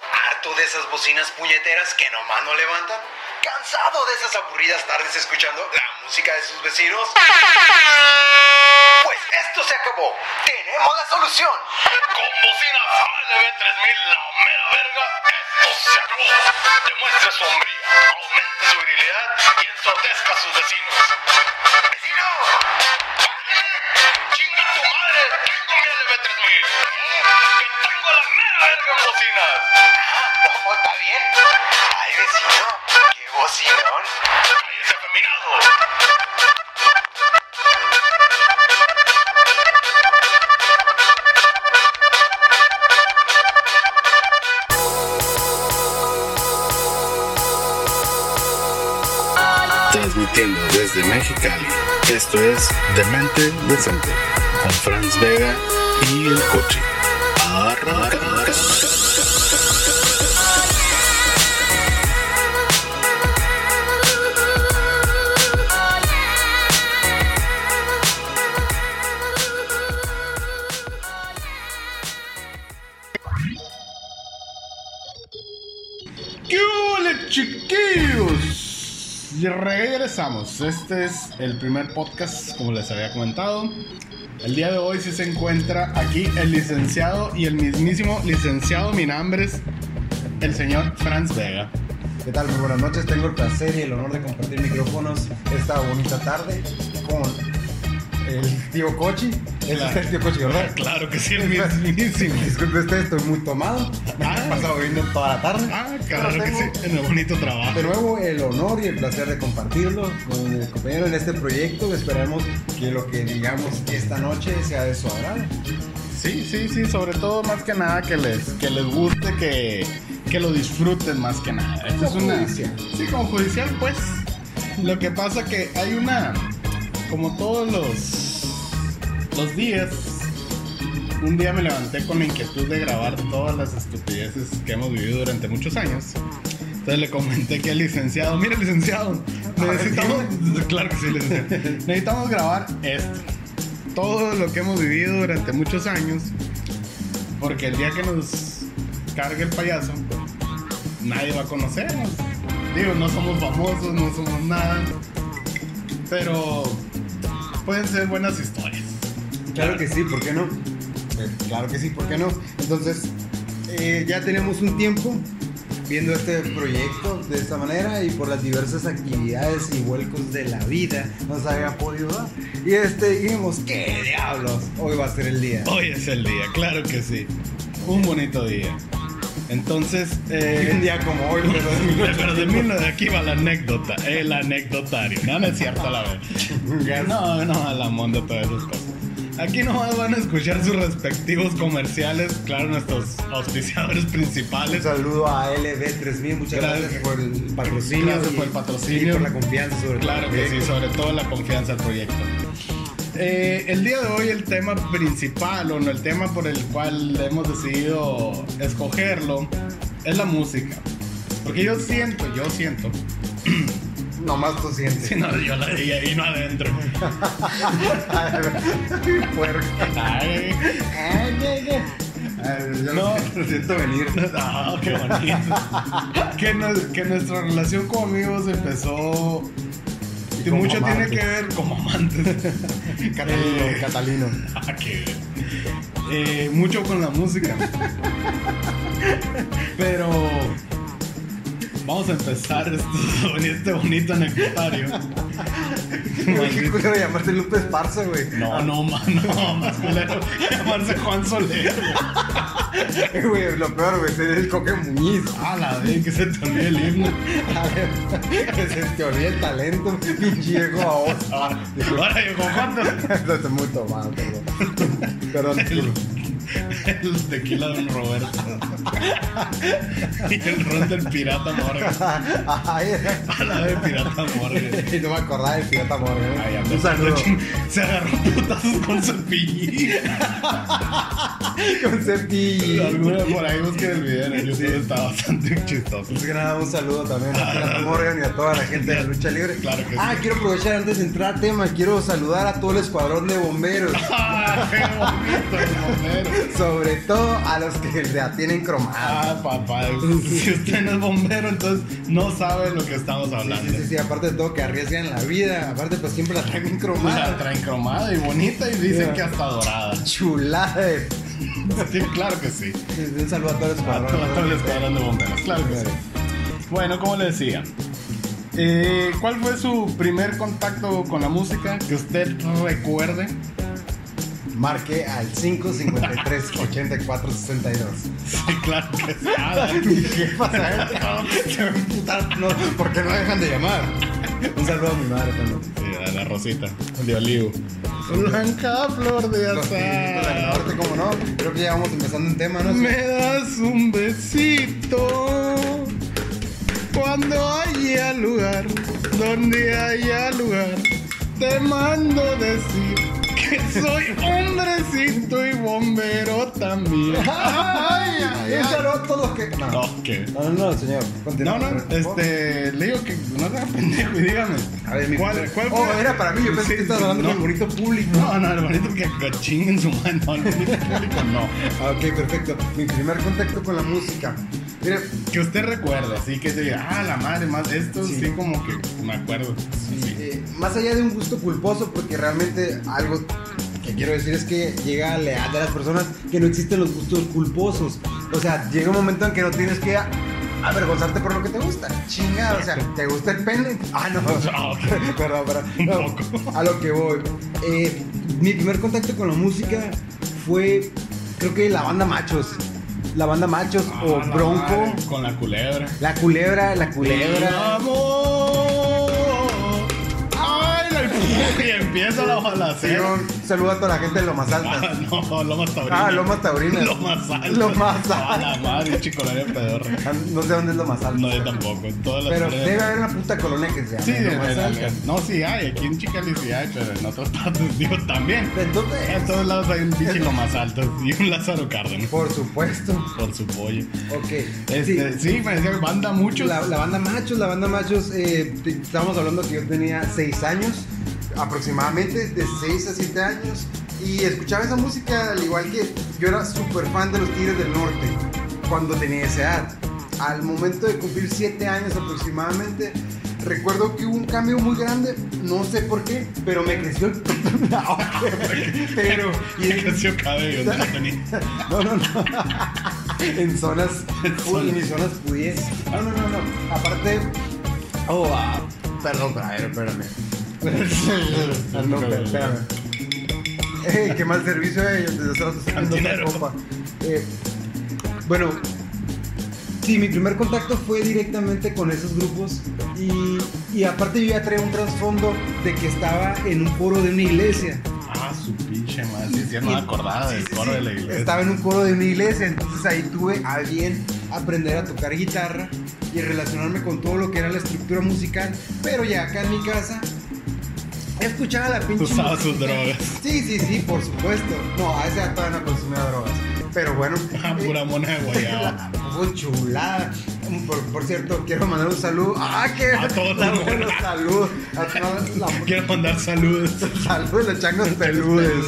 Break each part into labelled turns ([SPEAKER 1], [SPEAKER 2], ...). [SPEAKER 1] harto de esas bocinas puñeteras que nomás no levantan, cansado de esas aburridas tardes escuchando la música de sus vecinos. Pues esto se acabó. Tenemos la solución.
[SPEAKER 2] Con bocina ALB3000, la mera verga, esto se acabó. Demuestre su hombría, aumente su virilidad y ensordezca a sus vecinos. ¡Vecino! ¡Bájale! ¡Chinga tu madre! ¡Tengo mi LB3000! ¡Que ¿Eh? tengo la mera verga en bocinas!
[SPEAKER 1] Ojo, está bien. Ay, vecino, qué bocinón.
[SPEAKER 2] ¡Cállese, afeminado!
[SPEAKER 3] Transmitiendo desde Mexicali. Esto es Demente Decente. Con Franz Vega y el coche. Arrancamos.
[SPEAKER 4] ¿Qué hubo, chiquillos? Y regresamos. Este es el primer podcast, como les había comentado. El día de hoy sí se encuentra aquí el licenciado y el mismísimo licenciado Minambres, el señor Franz Vega.
[SPEAKER 5] ¿Qué tal? Muy buenas noches. Tengo el placer y el honor de compartir micrófonos esta bonita tarde con el tío Cochi. Ese
[SPEAKER 4] Claro.
[SPEAKER 5] es el tío Cochi, ¿verdad?
[SPEAKER 4] Claro que sí, el mismísimo.
[SPEAKER 5] Disculpe usted, estoy muy tomado. Me
[SPEAKER 4] Ah.
[SPEAKER 5] he pasado viendo toda la tarde.
[SPEAKER 4] Ah, claro
[SPEAKER 5] Pero
[SPEAKER 4] que sí,
[SPEAKER 5] tengo
[SPEAKER 4] en el bonito trabajo.
[SPEAKER 5] De nuevo, el honor y el placer de compartirlo con el compañero en este proyecto. Esperemos que lo que digamos esta noche sea de su agrado.
[SPEAKER 4] Sí, sí, sí, sobre todo más que nada que les, que les guste, que, que lo disfruten más que nada. Esta es
[SPEAKER 5] Como
[SPEAKER 4] una,
[SPEAKER 5] judicial.
[SPEAKER 4] Sí, como judicial, pues. Lo que pasa que hay una, como todos los, los días, un día me levanté con la inquietud de grabar todas las estupideces que hemos vivido durante muchos años. Entonces le comenté que al licenciado, mira licenciado, necesitamos, claro que sí, licenciado, necesitamos grabar esto. Todo lo que hemos vivido durante muchos años, porque el día que nos cargue el payaso, nadie va a conocernos. Digo, no somos famosos, no somos nada, pero pueden ser buenas historias.
[SPEAKER 5] Claro que sí, ¿por qué no? Eh, Claro que sí, ¿por qué no? Entonces, eh, ya tenemos un tiempo viendo este proyecto de esta manera y por las diversas actividades y vuelcos de la vida nos había podido dar. Y este dijimos, ¿qué diablos? Hoy va a ser el día.
[SPEAKER 4] Hoy es el día, claro que sí. Un bonito día. Entonces, eh,
[SPEAKER 5] Un día como hoy, pero de
[SPEAKER 4] Pero de mí no- de aquí va la anécdota, el anecdotario. No, no es cierto, la verdad. No, no, a la monda todas esas cosas. Aquí nomás van a escuchar sus respectivos comerciales, claro, nuestros auspiciadores
[SPEAKER 5] Un
[SPEAKER 4] principales.
[SPEAKER 5] saludo a LB3000, muchas
[SPEAKER 4] Gracias.
[SPEAKER 5] gracias, por el patrocinio.
[SPEAKER 4] Gracias
[SPEAKER 5] y-
[SPEAKER 4] por el patrocinio.
[SPEAKER 5] Y por la confianza sobre
[SPEAKER 4] Claro que sí, sobre todo la confianza al proyecto. Eh, el día de hoy el tema principal, o no, el tema por el cual hemos decidido escogerlo, es la música. Porque yo siento, yo siento
[SPEAKER 5] Nomás tú sientes.
[SPEAKER 4] Sí, no, yo la y, y no adentro.
[SPEAKER 5] Puerca.
[SPEAKER 4] Ay,
[SPEAKER 5] Ay, ay, ay. Ay, yo
[SPEAKER 4] No.
[SPEAKER 5] lo siento venir.
[SPEAKER 4] no, qué bonito. que, nos- que nuestra relación como amigos empezó.
[SPEAKER 5] Y como
[SPEAKER 4] mucho tiene
[SPEAKER 5] amantes.
[SPEAKER 4] que ver como amantes.
[SPEAKER 5] Catalino,
[SPEAKER 4] Eh,
[SPEAKER 5] Catalino.
[SPEAKER 4] ah, qué bien. Eh, mucho con la música. Pero. Vamos a empezar esto- este bonito anecdotario.
[SPEAKER 5] Qué culero llamarte Lupe Esparza, güey.
[SPEAKER 4] No, no, ma- no, más culero. Llamarse Juan Soler.
[SPEAKER 5] Eh, Güey, lo peor, güey, es el coque Muñiz.
[SPEAKER 4] Ah, la de que se te olvide el himno.
[SPEAKER 5] A ver, que se te olvide el talento, pinche viejo ahora.
[SPEAKER 4] Ahora, ahora yo comparto
[SPEAKER 5] Estoy muy tomado, perdón. Perdón,
[SPEAKER 4] el,
[SPEAKER 5] disculpa.
[SPEAKER 4] el tequila de Don Roberto. Y el ron del pirata Morgan.
[SPEAKER 5] Ay,
[SPEAKER 4] A la de pirata Morgan.
[SPEAKER 5] y no me acordaba del pirata Morgan.
[SPEAKER 4] Ay,
[SPEAKER 5] ¿eh?
[SPEAKER 4] ando-
[SPEAKER 5] Un saludo.
[SPEAKER 4] Se agarró putazos con cepillín.
[SPEAKER 5] Con Cepi.
[SPEAKER 4] Alguna por ahí busquen el video en el YouTube. Está bastante chistoso.
[SPEAKER 5] Pues que nada, un saludo también a Pirata Morgan y a toda la gente de la lucha libre.
[SPEAKER 4] Claro que Ah. sí.
[SPEAKER 5] Ah, quiero aprovechar antes de entrar a tema, quiero saludar a todo el escuadrón de bomberos.
[SPEAKER 4] Ah, qué bonito el bombero.
[SPEAKER 5] Sobre todo a los que ya tienen cromado.
[SPEAKER 4] Ah, papá, si usted no es bombero, entonces no sabe lo que estamos
[SPEAKER 5] Sí,
[SPEAKER 4] hablando.
[SPEAKER 5] sí, sí, sí, aparte de todo que arriesgan la vida, aparte pues siempre la traen bien cromada.
[SPEAKER 4] La traen cromada y bonita y dicen
[SPEAKER 5] Ya.
[SPEAKER 4] que hasta dorada.
[SPEAKER 5] Chulada de...
[SPEAKER 4] Sí, claro que sí.
[SPEAKER 5] Un saludo a todos los
[SPEAKER 4] A todo- a todo el
[SPEAKER 5] cuadrones.
[SPEAKER 4] escuadrón de bomberos, claro que sí. Bueno, como le decía, eh, ¿cuál fue su primer contacto con la música que usted recuerde?
[SPEAKER 5] Marque al 553 84 62.
[SPEAKER 4] Sí, claro que sí. Ah,
[SPEAKER 5] ¿Qué pasa? ¿eh?". Se va a emputar. No, ¿por qué no dejan de llamar? Un saludo a mi madre pues, también.
[SPEAKER 4] Sí, a la rosita de olivo. Blanca flor de
[SPEAKER 5] Los tigritos del
[SPEAKER 4] azar.
[SPEAKER 5] norte, como no. Creo que ya vamos empezando un tema, ¿no?
[SPEAKER 4] Me das un besito cuando haya lugar, donde haya lugar. Te mando decir que soy hombrecito y bombero también.
[SPEAKER 5] Ay, ay, ay. Un saludo a todos los que. No,
[SPEAKER 4] Ok.
[SPEAKER 5] no, no, señor.
[SPEAKER 4] No,
[SPEAKER 5] Continúa,
[SPEAKER 4] no,
[SPEAKER 5] por favor.
[SPEAKER 4] este, le digo que no sea pendejo y dígame.
[SPEAKER 5] A ver, mi
[SPEAKER 4] ¿Cuál, cuál
[SPEAKER 5] Oh,
[SPEAKER 4] fue?
[SPEAKER 5] era para mí, yo pensé que estabas hablando
[SPEAKER 4] no.
[SPEAKER 5] con el bonito público.
[SPEAKER 4] No, no, el bonito que que chinguen su mano, no, el bonito público no.
[SPEAKER 5] Ah, Ok, perfecto. Mi primer contacto con la música. Mire,
[SPEAKER 4] Que usted recuerde, así que se diga, ah, la madre, más esto sí,
[SPEAKER 5] Sí.
[SPEAKER 4] como que me acuerdo. Sí.
[SPEAKER 5] eh, más allá de un gusto culposo, porque realmente algo que quiero decir es que llega a la edad de las personas que no existen los gustos culposos. O sea, llega un momento en que no tienes que a- avergonzarte por lo que te gusta. Chinga, o sea, ¿te gusta el pene? Ah, no.
[SPEAKER 4] No, ok.
[SPEAKER 5] perdón, perdón.
[SPEAKER 4] Un
[SPEAKER 5] No,
[SPEAKER 4] poco.
[SPEAKER 5] A lo que voy. Eh, mi primer contacto con la música fue, creo que la banda Machos. La banda Machos o
[SPEAKER 4] Ah, la
[SPEAKER 5] Bronco.
[SPEAKER 4] madre, con la culebra.
[SPEAKER 5] La culebra, la culebra.
[SPEAKER 4] ¡Vamos! ¡Ay, la Y empieza la
[SPEAKER 5] Sí,
[SPEAKER 4] balacera.
[SPEAKER 5] un saludo a toda la gente de lo más
[SPEAKER 4] Ah,
[SPEAKER 5] alta.
[SPEAKER 4] no, Lomas Taurinas.
[SPEAKER 5] Ah, Lomas Taurinas.
[SPEAKER 4] Lomas Altas.
[SPEAKER 5] Lomas
[SPEAKER 4] Ah, la madre, chicolaria pedorra.
[SPEAKER 5] Ah, No sé dónde es lo más alto.
[SPEAKER 4] No, yo tampoco. Todas las
[SPEAKER 5] Pero
[SPEAKER 4] colonias-
[SPEAKER 5] debe haber una puta colonia que se llama.
[SPEAKER 4] Sí, de
[SPEAKER 5] lo más alta.
[SPEAKER 4] No, sí hay. Aquí en Chicali sí hay, pero en otras partes, digo, también. En
[SPEAKER 5] Entonces,
[SPEAKER 4] todos lados hay un pinche Lomas Altas y un Lázaro Cárdenas.
[SPEAKER 5] por supuesto.
[SPEAKER 4] Por su pollo.
[SPEAKER 5] Ok.
[SPEAKER 4] Este,
[SPEAKER 5] Sí,
[SPEAKER 4] sí, me decía banda mucho.
[SPEAKER 5] la, la banda Machos, la banda Machos, eh, te- estábamos hablando que yo tenía 6 años, aproximadamente de 6 a 7 años, y escuchaba esa música al igual que yo era súper fan de los Tigres del Norte cuando tenía esa edad. Al momento de cumplir 7 años aproximadamente, recuerdo que hubo un cambio muy grande, no sé por qué, pero me creció el... pero...
[SPEAKER 4] y creció cabello, no lo tenía.
[SPEAKER 5] No, no, no. en zonas. Uy, en mis zonas pudiese. No, no, no, no. Aparte. Oh, ah, perdón, pero a ver, espérame. Ah, no, espérame, espérame. Eh, qué mal servicio, eh. yo Desde hace rato estoy viendo
[SPEAKER 4] Cantinero.
[SPEAKER 5] otra copa. Eh, bueno, sí, mi primer contacto fue directamente con esos grupos. Y, y aparte, yo ya traía un trasfondo de que estaba en un foro de una iglesia.
[SPEAKER 4] Ah, su pinche madre. Sí, sí, ya no me acordaba del
[SPEAKER 5] Sí, sí,
[SPEAKER 4] coro
[SPEAKER 5] sí.
[SPEAKER 4] de la iglesia.
[SPEAKER 5] Estaba en un coro de una iglesia, entonces ahí tuve a bien aprender a tocar guitarra y relacionarme con todo lo que era la estructura musical, pero ya acá en mi casa escuchaba la pinche
[SPEAKER 4] Usaba
[SPEAKER 5] música.
[SPEAKER 4] sus drogas.
[SPEAKER 5] Sí, sí, sí, por supuesto. No, a esa edad todavía no consumía drogas, pero bueno.
[SPEAKER 4] Ah,
[SPEAKER 5] eh,
[SPEAKER 4] pura mona de guayaba.
[SPEAKER 5] la- oh, chulada. Por, por cierto, quiero mandar un saludo. ¡Ah, qué!
[SPEAKER 4] A todos
[SPEAKER 5] la
[SPEAKER 4] los
[SPEAKER 5] buena
[SPEAKER 4] monas.
[SPEAKER 5] salud. A todos la-
[SPEAKER 4] Quiero mandar saludos.
[SPEAKER 5] Salud de los changos peludes.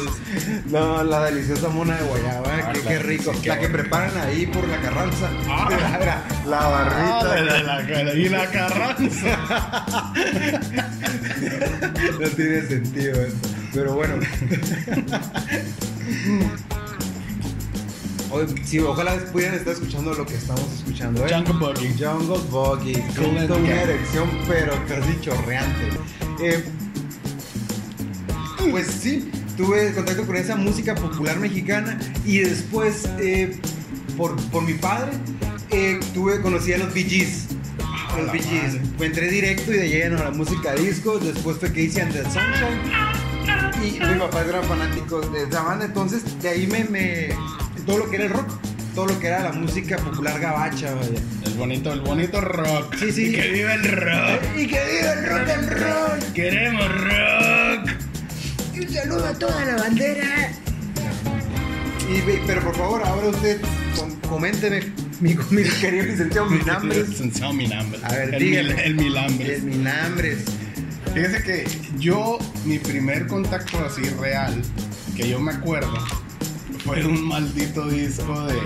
[SPEAKER 5] No, la deliciosa mona de guayaba,
[SPEAKER 4] Ah,
[SPEAKER 5] que- qué,
[SPEAKER 4] claro,
[SPEAKER 5] rico.
[SPEAKER 4] sí, qué
[SPEAKER 5] la que
[SPEAKER 4] bueno.
[SPEAKER 5] preparan ahí por la carranza.
[SPEAKER 4] Ah.
[SPEAKER 5] Mira, la
[SPEAKER 4] Ah,
[SPEAKER 5] barrita.
[SPEAKER 4] de la, de la- y la carranza.
[SPEAKER 5] No tiene sentido eso. Pero bueno. Oye, sí, ojalá pudieran estar escuchando lo que estamos escuchando, ¿eh?
[SPEAKER 4] Chanco Bucking.
[SPEAKER 5] Jungle Buggy,
[SPEAKER 4] Cool and
[SPEAKER 5] junto a una
[SPEAKER 4] Gang.
[SPEAKER 5] erección pero casi chorreante. Eh, pues sí, tuve contacto con esa música popular mexicana y después, eh, por, por mi padre, eh, tuve, conocí a los Bee Gees.
[SPEAKER 4] Ah,
[SPEAKER 5] Los
[SPEAKER 4] la
[SPEAKER 5] Bee Gees.
[SPEAKER 4] madre.
[SPEAKER 5] Fue Entré directo y de lleno a la música disco, después fue Casey and the Sunshine. Y mi papá era fanático de esa banda, entonces de ahí me, me... Todo lo que era el rock, todo lo que era la música popular gabacha, vaya.
[SPEAKER 4] El bonito, el bonito rock.
[SPEAKER 5] Sí, sí.
[SPEAKER 4] Y que viva el rock.
[SPEAKER 5] Y que viva el rock and roll.
[SPEAKER 4] Queremos rock.
[SPEAKER 5] Y un saludo a toda la bandera. Y, ve- pero por favor, ahora usted com- coménteme, mi, mi querido licenciado Minambres.
[SPEAKER 4] Licenciado Minambres.
[SPEAKER 5] A ver,
[SPEAKER 4] el,
[SPEAKER 5] dígame.
[SPEAKER 4] mil, el Milambres.
[SPEAKER 5] Es Minambres.
[SPEAKER 4] Fíjese que yo, mi primer contacto así real, que yo me acuerdo, fue un maldito disco de.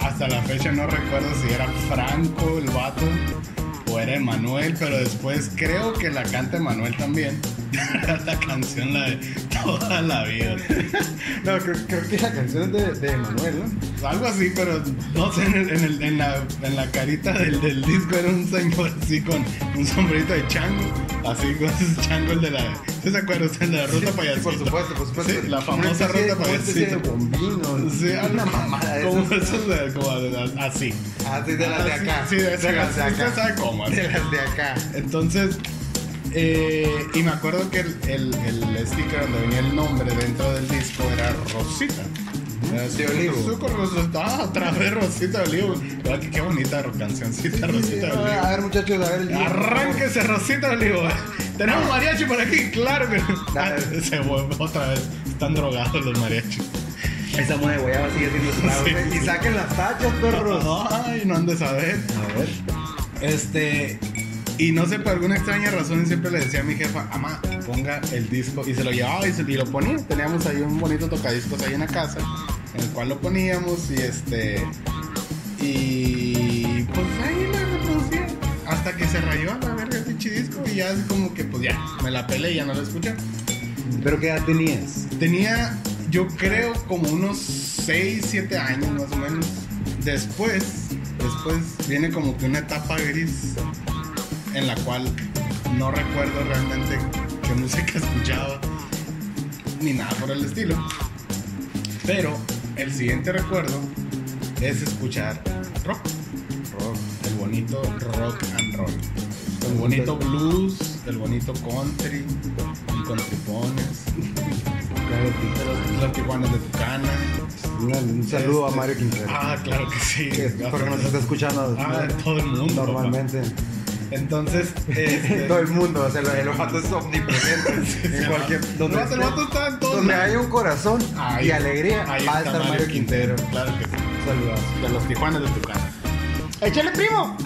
[SPEAKER 4] Hasta la fecha no recuerdo si era Franco el vato o era Emanuel, pero después creo que la canta Emanuel también. la canción la de toda la vida.
[SPEAKER 5] No, creo, creo que la canción es de, de Manuel, ¿no?
[SPEAKER 4] Pues Algo así, pero no sé, en, el- en el- en la, en la carita del, del disco era un señor así con un sombrerito de chango, así con ese chango el de la... ¿Sí se acuerdan ustedes de la ruta payasita?
[SPEAKER 5] Por supuesto, por supuesto.
[SPEAKER 4] Sí, la
[SPEAKER 5] Una
[SPEAKER 4] famosa
[SPEAKER 5] especie de-
[SPEAKER 4] ruta
[SPEAKER 5] una especie
[SPEAKER 4] payasita.
[SPEAKER 5] de bombino.
[SPEAKER 4] Sí,
[SPEAKER 5] este una mamada de
[SPEAKER 4] Como
[SPEAKER 5] esas.
[SPEAKER 4] esos de- como de las- así.
[SPEAKER 5] Ah, sí, de las de
[SPEAKER 4] Así,
[SPEAKER 5] acá.
[SPEAKER 4] Sí, de,
[SPEAKER 5] de las de
[SPEAKER 4] Usted
[SPEAKER 5] acá.
[SPEAKER 4] sabe cómo. así.
[SPEAKER 5] De las de acá.
[SPEAKER 4] Entonces, eh, y me acuerdo que el, el- el sticker donde venía el nombre dentro del disco era Rosita. Era
[SPEAKER 5] De olivo.
[SPEAKER 4] su- su- Ah, otra vez Rosita de Olivo. Ay, Qué, qué bonita cancioncita Rosita de
[SPEAKER 5] A
[SPEAKER 4] Olivo.
[SPEAKER 5] ver, muchachos, a ver el libro, por favor.
[SPEAKER 4] Arránquese Rosita de Olivo. Tenemos mariachi por aquí, claro que Ah, se vuelve otra vez. Están drogados los mariachis.
[SPEAKER 5] Esa mueve guayaba sigue siendo esclava,
[SPEAKER 4] Sí.
[SPEAKER 5] ¿eh? Y saquen las tachas, perros.
[SPEAKER 4] Ay, no han de saber.
[SPEAKER 5] A ver.
[SPEAKER 4] Este. Y no sé, por alguna extraña razón siempre le decía a mi jefa, ama, ponga el disco. Y se lo llevaba y, se- y lo ponía. Teníamos ahí un bonito tocadiscos ahí en la casa, en el cual lo poníamos y este. Y pues ahí la reproducía. Hasta que se rayó a la verga el pinche disco y ya es como que pues ya, me la pelé y ya no la escuché.
[SPEAKER 5] ¿Pero qué edad tenías?
[SPEAKER 4] Tenía, yo creo, como unos 6, 7 años más o menos. Después, después viene como que una etapa gris en la cual no recuerdo realmente qué música escuchaba ni nada por el estilo. Pero el siguiente recuerdo es escuchar rock,
[SPEAKER 5] Rock.
[SPEAKER 4] el bonito rock and roll. El bonito blues, el bonito country, el contripones los tijuanes de Tucana.
[SPEAKER 5] Un saludo a
[SPEAKER 4] Este,
[SPEAKER 5] Mario Quintero.
[SPEAKER 4] Ah, claro que sí.
[SPEAKER 5] Que- Porque nos está escuchando.
[SPEAKER 4] Ah,
[SPEAKER 5] ¿no?
[SPEAKER 4] todo el mundo. papá.
[SPEAKER 5] Normalmente.
[SPEAKER 4] Entonces, este,
[SPEAKER 5] Todo el mundo, o sea, el vato es omnipresente. en cualquier. Donde,
[SPEAKER 4] el vato está en todos
[SPEAKER 5] donde
[SPEAKER 4] lados.
[SPEAKER 5] haya un corazón
[SPEAKER 4] Ahí-
[SPEAKER 5] y alegría,
[SPEAKER 4] ahí
[SPEAKER 5] va a
[SPEAKER 4] está
[SPEAKER 5] estar Mario Quintero.
[SPEAKER 4] Claro que sí.
[SPEAKER 5] Saludos.
[SPEAKER 4] De los tijuanes de Tucana.
[SPEAKER 5] ¡Échale, primo!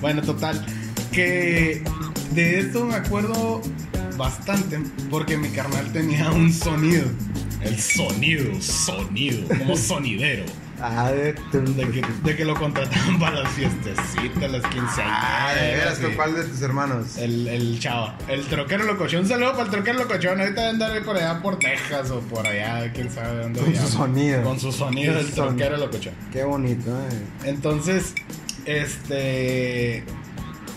[SPEAKER 4] Bueno, total. Que de esto me acuerdo bastante porque mi carnal tenía un sonido. El sonido, sonido, como sonidero.
[SPEAKER 5] Ah, de,
[SPEAKER 4] De que, de que lo contrataban para las fiestecitas, las quinceañeras.
[SPEAKER 5] Ah, de veras,
[SPEAKER 4] y-
[SPEAKER 5] ¿con cuál de tus hermanos?
[SPEAKER 4] El, el chava, el troquero locochón. Un saludo para el troquero locochón. Ahorita deben andar por allá por Texas o por allá, quién sabe dónde.
[SPEAKER 5] Con su
[SPEAKER 4] allá.
[SPEAKER 5] sonido.
[SPEAKER 4] Con su sonido,
[SPEAKER 5] Con
[SPEAKER 4] el
[SPEAKER 5] su sonido.
[SPEAKER 4] troquero locochón.
[SPEAKER 5] Qué bonito, eh.
[SPEAKER 4] Entonces, este.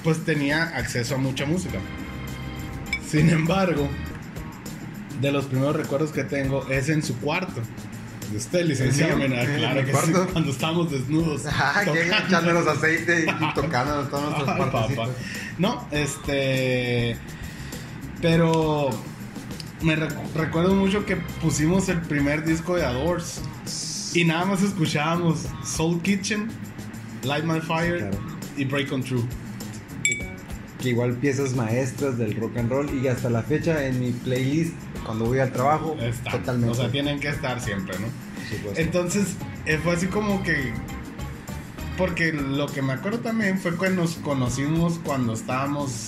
[SPEAKER 4] Pues tenía acceso a mucha música. Sin embargo, de los primeros recuerdos que tengo es en su cuarto. De usted, licenciado.
[SPEAKER 5] mío?
[SPEAKER 4] Mena,
[SPEAKER 5] ¿En
[SPEAKER 4] claro
[SPEAKER 5] mi
[SPEAKER 4] que sí,
[SPEAKER 5] cuarto?
[SPEAKER 4] cuando estábamos desnudos.
[SPEAKER 5] Ah, que
[SPEAKER 4] tocando.
[SPEAKER 5] echando los aceites y tocando todas nuestras
[SPEAKER 4] Ay, papá.
[SPEAKER 5] partecitas.
[SPEAKER 4] No, este. Pero. Me recu- recuerdo mucho que pusimos el primer disco de The Doors. Y nada más escuchábamos Soul Kitchen, Light My Fire
[SPEAKER 5] Claro.
[SPEAKER 4] y Break On True.
[SPEAKER 5] que igual piezas maestras del rock and roll y hasta la fecha en mi playlist cuando voy al trabajo
[SPEAKER 4] Está.
[SPEAKER 5] totalmente Pues
[SPEAKER 4] O sea, tienen que estar siempre, ¿no?
[SPEAKER 5] por supuesto.
[SPEAKER 4] Entonces, eh, fue así como que. Porque lo que me acuerdo también fue que nos conocimos cuando estábamos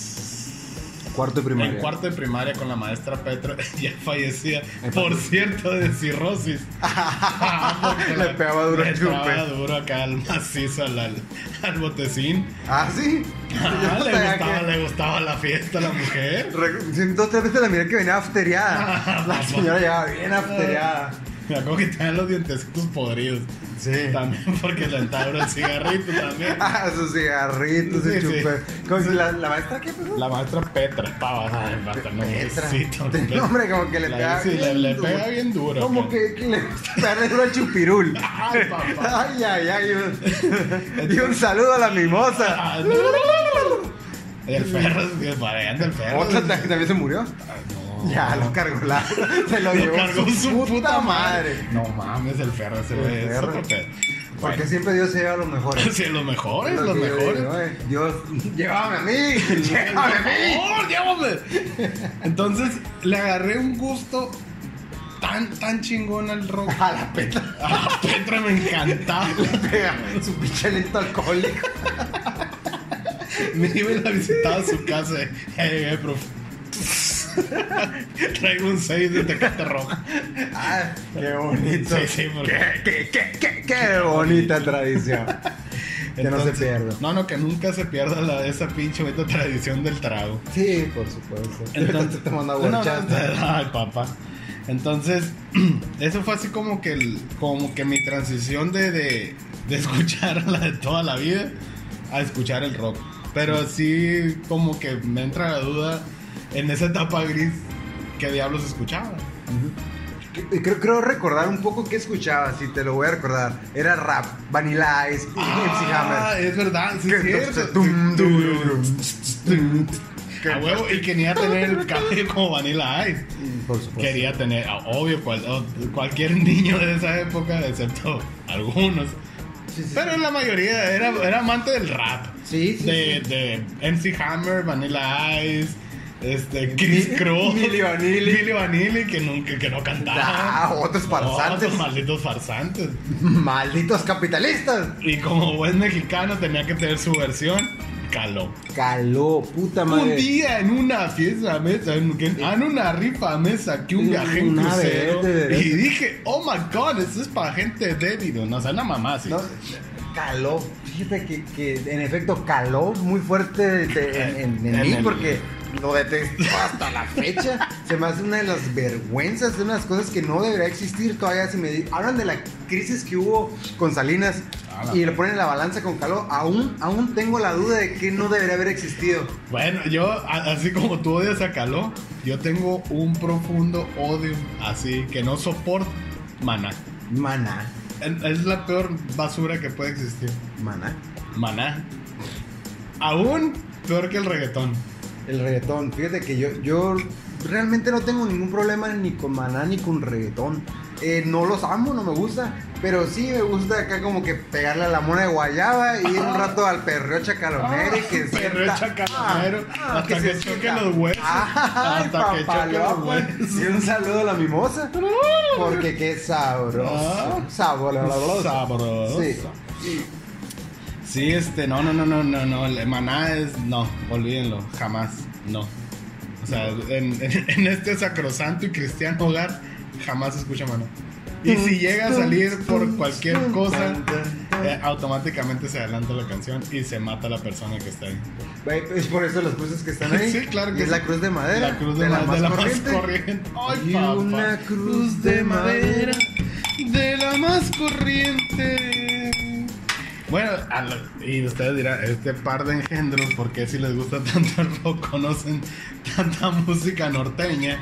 [SPEAKER 5] cuarto de primaria
[SPEAKER 4] En cuarto de primaria con la maestra Petra, ya fallecía.
[SPEAKER 5] Ahí
[SPEAKER 4] Por
[SPEAKER 5] falleció.
[SPEAKER 4] cierto, de cirrosis. Porque
[SPEAKER 5] Ah, Le
[SPEAKER 4] la-
[SPEAKER 5] pegaba duro
[SPEAKER 4] Le
[SPEAKER 5] el chupe.
[SPEAKER 4] pegaba duro acá al macizo, al, al, al botecín.
[SPEAKER 5] ah sí
[SPEAKER 4] Ah,
[SPEAKER 5] Yo
[SPEAKER 4] le,
[SPEAKER 5] sabía
[SPEAKER 4] gustaba,
[SPEAKER 5] que-
[SPEAKER 4] le gustaba la fiesta a la mujer.
[SPEAKER 5] Re- sí, dos tres veces la miré que venía afteriada la
[SPEAKER 4] Papá.
[SPEAKER 5] señora llegaba bien
[SPEAKER 4] ah.
[SPEAKER 5] afteriada
[SPEAKER 4] Me acuerdo que tenía los dientecitos podridos.
[SPEAKER 5] sí
[SPEAKER 4] También porque le entabro el cigarrito también.
[SPEAKER 5] ah, sus cigarritos
[SPEAKER 4] Sí,
[SPEAKER 5] y
[SPEAKER 4] sí.
[SPEAKER 5] chupe Como si la, la maestra qué pasó
[SPEAKER 4] La maestra Petra, pava, basta, no,
[SPEAKER 5] Petra.
[SPEAKER 4] besito,
[SPEAKER 5] No, hombre, como que le
[SPEAKER 4] La-
[SPEAKER 5] pega
[SPEAKER 4] sí, le-
[SPEAKER 5] bien
[SPEAKER 4] le
[SPEAKER 5] duro.
[SPEAKER 4] pega bien duro,
[SPEAKER 5] Como
[SPEAKER 4] acá.
[SPEAKER 5] que, que le gusta pegarle duro al chupirul.
[SPEAKER 4] Ay, Ah, papá.
[SPEAKER 5] Ay, ay, ay. un- Y un saludo a la mimosa.
[SPEAKER 4] Ah, El ferro, para allá el ferro.
[SPEAKER 5] ¿Otra ta- también se murió? Ya, lo cargó la. Se lo,
[SPEAKER 4] Oh. Lo
[SPEAKER 5] llevó
[SPEAKER 4] cargó su puta
[SPEAKER 5] madre.
[SPEAKER 4] No mames, el ferro ese
[SPEAKER 5] El
[SPEAKER 4] güey, es
[SPEAKER 5] Ferro.
[SPEAKER 4] otro pedo.
[SPEAKER 5] Porque
[SPEAKER 4] Bueno,
[SPEAKER 5] siempre Dios se lleva los mejores.
[SPEAKER 4] sí, los mejores,
[SPEAKER 5] Es lo
[SPEAKER 4] Pues, los
[SPEAKER 5] que yo
[SPEAKER 4] mejores.
[SPEAKER 5] digo, eh. Dios, llévame a mí. Llévame a mí.
[SPEAKER 4] ¡Por favor, llévame! Entonces le agarré un gusto tan, tan chingón al rock.
[SPEAKER 5] A la peta.
[SPEAKER 4] A Ah, Petra me encantaba.
[SPEAKER 5] Pega su pinche lento alcohólico.
[SPEAKER 4] Me iba y la visitaba a su casa. Eh, eh, profe. Traigo un 6 de tecate roja.
[SPEAKER 5] Ah, qué bonito.
[SPEAKER 4] Sí, sí, porque-
[SPEAKER 5] qué, qué, qué, qué, qué bonita tradición. que no se
[SPEAKER 4] Entonces,
[SPEAKER 5] pierda.
[SPEAKER 4] No, no, que nunca se pierda la, esa pinche bonita tradición del trago.
[SPEAKER 5] Sí, por supuesto.
[SPEAKER 4] Entonces,
[SPEAKER 5] Entonces, tomando
[SPEAKER 4] No,
[SPEAKER 5] agua
[SPEAKER 4] no,
[SPEAKER 5] horchata.
[SPEAKER 4] no, ay, papá. Entonces, eso fue así como que, el- como que mi transición de, de, de escuchar la de toda la vida a escuchar el rock. Pero sí como que me entra la duda en esa etapa gris que diablos escuchaba.
[SPEAKER 5] Ujú. Que- Creo, creo recordar un poco qué escuchaba, si te lo voy a recordar. Era rap, Vanilla Ice, MC
[SPEAKER 4] Ah,
[SPEAKER 5] Hammer.
[SPEAKER 4] es verdad, sí
[SPEAKER 5] Que
[SPEAKER 4] es
[SPEAKER 5] entonces,
[SPEAKER 4] cierto.
[SPEAKER 5] tum, dum, dum,
[SPEAKER 4] Que a huevo, y quería tener el cabello como Vanilla Ice.
[SPEAKER 5] Por supuesto.
[SPEAKER 4] Quería tener, ah, obvio, cual- o- cualquier niño de esa época, excepto algunos.
[SPEAKER 5] Sí, sí,
[SPEAKER 4] Pero
[SPEAKER 5] sí.
[SPEAKER 4] la mayoría era, era amante del rap.
[SPEAKER 5] Sí, sí,
[SPEAKER 4] de,
[SPEAKER 5] sí.
[SPEAKER 4] de MC Hammer, Vanilla Ice, este, Chris
[SPEAKER 5] Mi-
[SPEAKER 4] Cross.
[SPEAKER 5] Milli Vanilli.
[SPEAKER 4] Milli Vanilli, que, nunca, que no cantaba.
[SPEAKER 5] Ah, otros farsantes.
[SPEAKER 4] Otros malditos farsantes.
[SPEAKER 5] Malditos capitalistas.
[SPEAKER 4] Y como buen mexicano tenía que tener su versión, caló.
[SPEAKER 5] Caló, puta
[SPEAKER 4] Un
[SPEAKER 5] madre.
[SPEAKER 4] día en una fiesta mesa, en, que- ah, en una rifa mesa que un
[SPEAKER 5] Sí,
[SPEAKER 4] viaje en
[SPEAKER 5] una
[SPEAKER 4] crucero
[SPEAKER 5] vez, de este. veras.
[SPEAKER 4] y dije, oh my god, esto es para gente débil, no, o sea, una mamá sí.
[SPEAKER 5] No, caló. Fíjate que, que, en efecto caló muy fuerte de- en, en- en
[SPEAKER 4] Eh, En
[SPEAKER 5] mí
[SPEAKER 4] el-
[SPEAKER 5] porque lo detesto hasta la fecha. Se me hace una de las vergüenzas, de unas cosas que no debería existir todavía. Si me di- hablan de la crisis que hubo con Salinas
[SPEAKER 4] Ah, la
[SPEAKER 5] y le
[SPEAKER 4] madre.
[SPEAKER 5] ponen la balanza con caló, aún, aún tengo la duda de que no debería haber existido.
[SPEAKER 4] Bueno, yo, a- así como tú odias a Caló, yo tengo un profundo odio, así que no soporto Maná.
[SPEAKER 5] Maná,
[SPEAKER 4] Es es la peor basura que puede existir.
[SPEAKER 5] maná.
[SPEAKER 4] Maná. Aún peor que el reggaetón.
[SPEAKER 5] El reggaetón, fíjate que yo, yo realmente no tengo ningún problema ni con maná ni con reggaetón. Eh, no los amo, no me gusta, pero sí me gusta acá como que pegarle a la mona de guayaba y ir un rato al perreo chacalonero y que
[SPEAKER 4] Perreo
[SPEAKER 5] sienta- Ah,
[SPEAKER 4] chacalonero, hasta que
[SPEAKER 5] se
[SPEAKER 4] choquen
[SPEAKER 5] sienta.
[SPEAKER 4] los huesos,
[SPEAKER 5] Ay,
[SPEAKER 4] hasta que
[SPEAKER 5] papá,
[SPEAKER 4] choquen los
[SPEAKER 5] loco.
[SPEAKER 4] huesos.
[SPEAKER 5] Y un saludo a la mimosa, porque qué sabroso.
[SPEAKER 4] Ah.
[SPEAKER 5] Sabroso.
[SPEAKER 4] Sabroso.
[SPEAKER 5] Sí.
[SPEAKER 4] Sí, este, no, no, no, no, no, no. el Maná es, no, olvídenlo, jamás, no. O sea, en, en- en este sacrosanto y cristiano hogar, jamás se escucha Maná. Y si llega a salir por cualquier cosa, eh, automáticamente se adelanta la canción y se mata a la persona que está ahí.
[SPEAKER 5] Güey, Es por eso las cruces que están ahí.
[SPEAKER 4] Sí, claro que
[SPEAKER 5] Y es
[SPEAKER 4] sí.
[SPEAKER 5] la cruz de madera.
[SPEAKER 4] La cruz de, ma- de la más corriente. Ay,
[SPEAKER 5] Y
[SPEAKER 4] papá.
[SPEAKER 5] una cruz de madera.
[SPEAKER 4] De la más corriente. Bueno, a lo- y ustedes dirán, este par de engendros, ¿por qué si les gusta tanto el rock conocen tanta música norteña?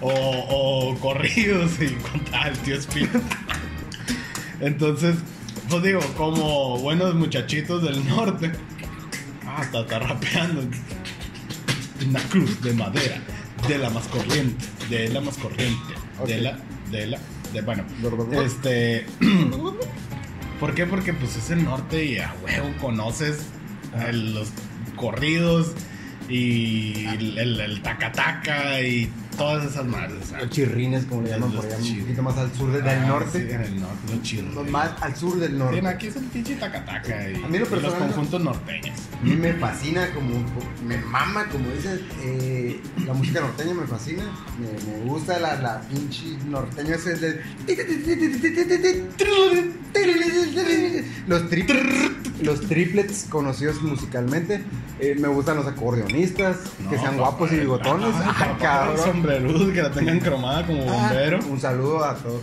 [SPEAKER 4] O, o corridos y con tal, tío Espino. Entonces, pues digo, como buenos muchachitos del norte. Ah, está, está rapeando. Una cruz de madera. De la más corriente. De la más corriente.
[SPEAKER 5] Ok.
[SPEAKER 4] De la. De la. De, bueno.
[SPEAKER 5] Bla, bla, bla.
[SPEAKER 4] Este. ¿Por qué? Porque pues es el norte y a huevo conoces
[SPEAKER 5] Ah.
[SPEAKER 4] eh, los corridos y
[SPEAKER 5] Ah.
[SPEAKER 4] el, el, el tacataca y todas esas madres. o sea.
[SPEAKER 5] Los chirrines, como le llaman por allá,
[SPEAKER 4] Los
[SPEAKER 5] un poquito más al sur de- del
[SPEAKER 4] Ah,
[SPEAKER 5] norte.
[SPEAKER 4] sí, en el norte, los chirros.
[SPEAKER 5] Los Más al sur del
[SPEAKER 4] Sí, no,
[SPEAKER 5] norte.
[SPEAKER 4] aquí es el pinche tacataca y,
[SPEAKER 5] A mí lo
[SPEAKER 4] y los
[SPEAKER 5] personal no-
[SPEAKER 4] conjuntos norteños.
[SPEAKER 5] A mí me fascina, como me mama, como dices, eh, la música norteña me fascina. Me, me gusta la, la pinche norteña ese de. Los triplets, los triplets conocidos musicalmente. Eh, me gustan los acordeonistas, que
[SPEAKER 4] No,
[SPEAKER 5] sean
[SPEAKER 4] papá,
[SPEAKER 5] guapos y bigotones.
[SPEAKER 4] ay,
[SPEAKER 5] Ay,
[SPEAKER 4] papá,
[SPEAKER 5] cabrón.
[SPEAKER 4] Sombrerudos que la tengan cromada como
[SPEAKER 5] Ah,
[SPEAKER 4] bombero.
[SPEAKER 5] Un saludo a todos.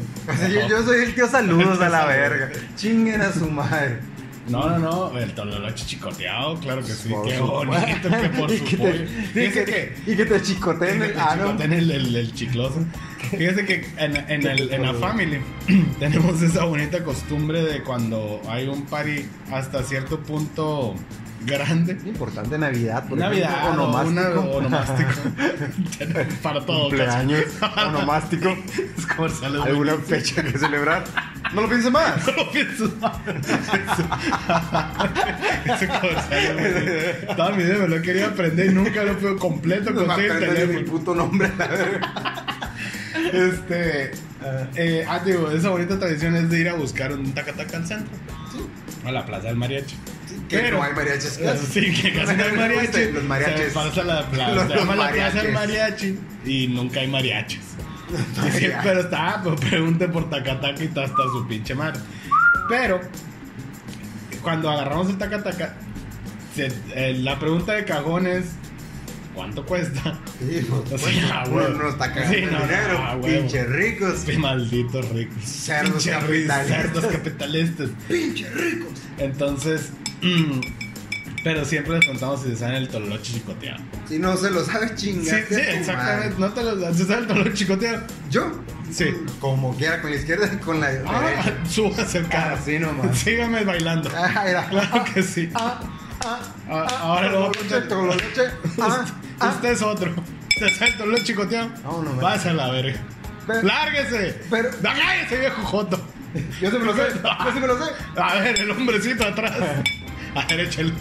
[SPEAKER 5] Yo, yo soy el tío saludos a la verga. Chinguen a su madre.
[SPEAKER 4] No, no, no. El tololoche chicoteado, claro que sí.
[SPEAKER 5] Por
[SPEAKER 4] Qué
[SPEAKER 5] supuesto.
[SPEAKER 4] bonito, que por
[SPEAKER 5] y que te,
[SPEAKER 4] supuesto.
[SPEAKER 5] y que,
[SPEAKER 4] Fíjese que.
[SPEAKER 5] y que te chicoteen el ah, no.
[SPEAKER 4] chicoteen el, el, el chicloso. Fíjese que en, en, el, en la
[SPEAKER 5] Por-
[SPEAKER 4] family tenemos esa bonita costumbre de cuando hay un party hasta cierto punto grande.
[SPEAKER 5] Importante Navidad. por
[SPEAKER 4] Navidad,
[SPEAKER 5] ejemplo,
[SPEAKER 4] o una
[SPEAKER 5] onomástico.
[SPEAKER 4] onomástico. Para todo.
[SPEAKER 5] Cumpleaños, onomástico.
[SPEAKER 4] Es comerciales. güey.
[SPEAKER 5] Alguna fecha que celebrar. No lo piense más.
[SPEAKER 4] No pienso Ese comercial, güey. Estaba mi idea, me lo quería aprender y nunca lo pude completo
[SPEAKER 5] No me
[SPEAKER 4] conseguir el
[SPEAKER 5] aprendes mi
[SPEAKER 4] teléfono.
[SPEAKER 5] puto nombre. la verga.
[SPEAKER 4] ah, Este. eh, ah, digo, esa bonita tradición es de ir a buscar un tacataca al centro. a la plaza del mariachi.
[SPEAKER 5] Que
[SPEAKER 4] Pero-
[SPEAKER 5] no hay mariachis. casi.
[SPEAKER 4] Sí, que casi no hay mariachi.
[SPEAKER 5] Los mariachis.
[SPEAKER 4] Se pasa la plaza,
[SPEAKER 5] Los-
[SPEAKER 4] se
[SPEAKER 5] los
[SPEAKER 4] llama la plaza del
[SPEAKER 5] mariachis.
[SPEAKER 4] mariachi y nunca hay mariachis. Y sí,
[SPEAKER 5] mariachis.
[SPEAKER 4] pero está, pues pregunte por Tacataca y está hasta su pinche madre. Pero, cuando agarramos el Tacataca, se- eh, la pregunta de cajón es: ¿cuánto cuesta?
[SPEAKER 5] Sí, pues,
[SPEAKER 4] Sí, ah,
[SPEAKER 5] uno
[SPEAKER 4] huevo.
[SPEAKER 5] no está cagando
[SPEAKER 4] Sí,
[SPEAKER 5] el
[SPEAKER 4] no, no,
[SPEAKER 5] dinero.
[SPEAKER 4] ah, huevo.
[SPEAKER 5] Pinche ricos.
[SPEAKER 4] Qué malditos ricos.
[SPEAKER 5] Cerdos
[SPEAKER 4] Pinche ricos,
[SPEAKER 5] capitalistas.
[SPEAKER 4] Cerdos capitalistas.
[SPEAKER 5] Pinche ricos.
[SPEAKER 4] Entonces, pero siempre les contamos si se saben el toloche chicoteado.
[SPEAKER 5] Si no se lo sabes
[SPEAKER 4] Sí,
[SPEAKER 5] chingar.
[SPEAKER 4] sí, exactamente. No te lo ¿Se sabe el toloche chicoteado?
[SPEAKER 5] Yo.
[SPEAKER 4] Sí.
[SPEAKER 5] Como quiera, con la izquierda y con la
[SPEAKER 4] Ah,
[SPEAKER 5] derecha.
[SPEAKER 4] súbase el cara.
[SPEAKER 5] Así nomás.
[SPEAKER 4] Sígame bailando.
[SPEAKER 5] Ah, era.
[SPEAKER 4] Claro que sí.
[SPEAKER 5] Ah, ah,
[SPEAKER 4] Ah,
[SPEAKER 5] ah,
[SPEAKER 4] ahora lo voy a contar.
[SPEAKER 5] Con la leche. Ah, ah.
[SPEAKER 4] Usted es otro. ¿Se sabe el toloche chicoteado?
[SPEAKER 5] No, no, no.
[SPEAKER 4] Pasa la verga.
[SPEAKER 5] Pero-
[SPEAKER 4] ¡Lárguese!
[SPEAKER 5] pero-
[SPEAKER 4] ¡Da- ¡Cállese, viejo joto!
[SPEAKER 5] Yo sí me lo sé. Yo sí me lo sé.
[SPEAKER 4] A ver, el hombrecito atrás. A ver, échale.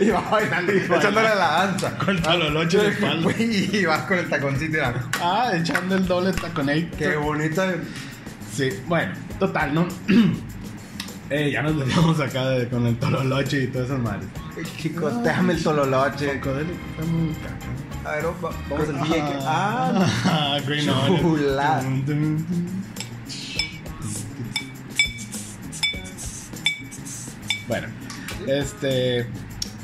[SPEAKER 5] Y va bailando, echándole a la danza.
[SPEAKER 4] Con el tololoche de espalda.
[SPEAKER 5] Y vas con el taconcito y la...
[SPEAKER 4] Ah, echando el doble taconate.
[SPEAKER 5] Qué bonita.
[SPEAKER 4] Sí, bueno, total, ¿no? Eh, ya nos metíamos acá de- con el tololoche y todas esas madres.
[SPEAKER 5] Chicos, déjame el tololoche. A ver, va- vamos al DJ. que- Ah,
[SPEAKER 4] Ah, Green Oil.
[SPEAKER 5] Chulada.
[SPEAKER 4] Bueno, este.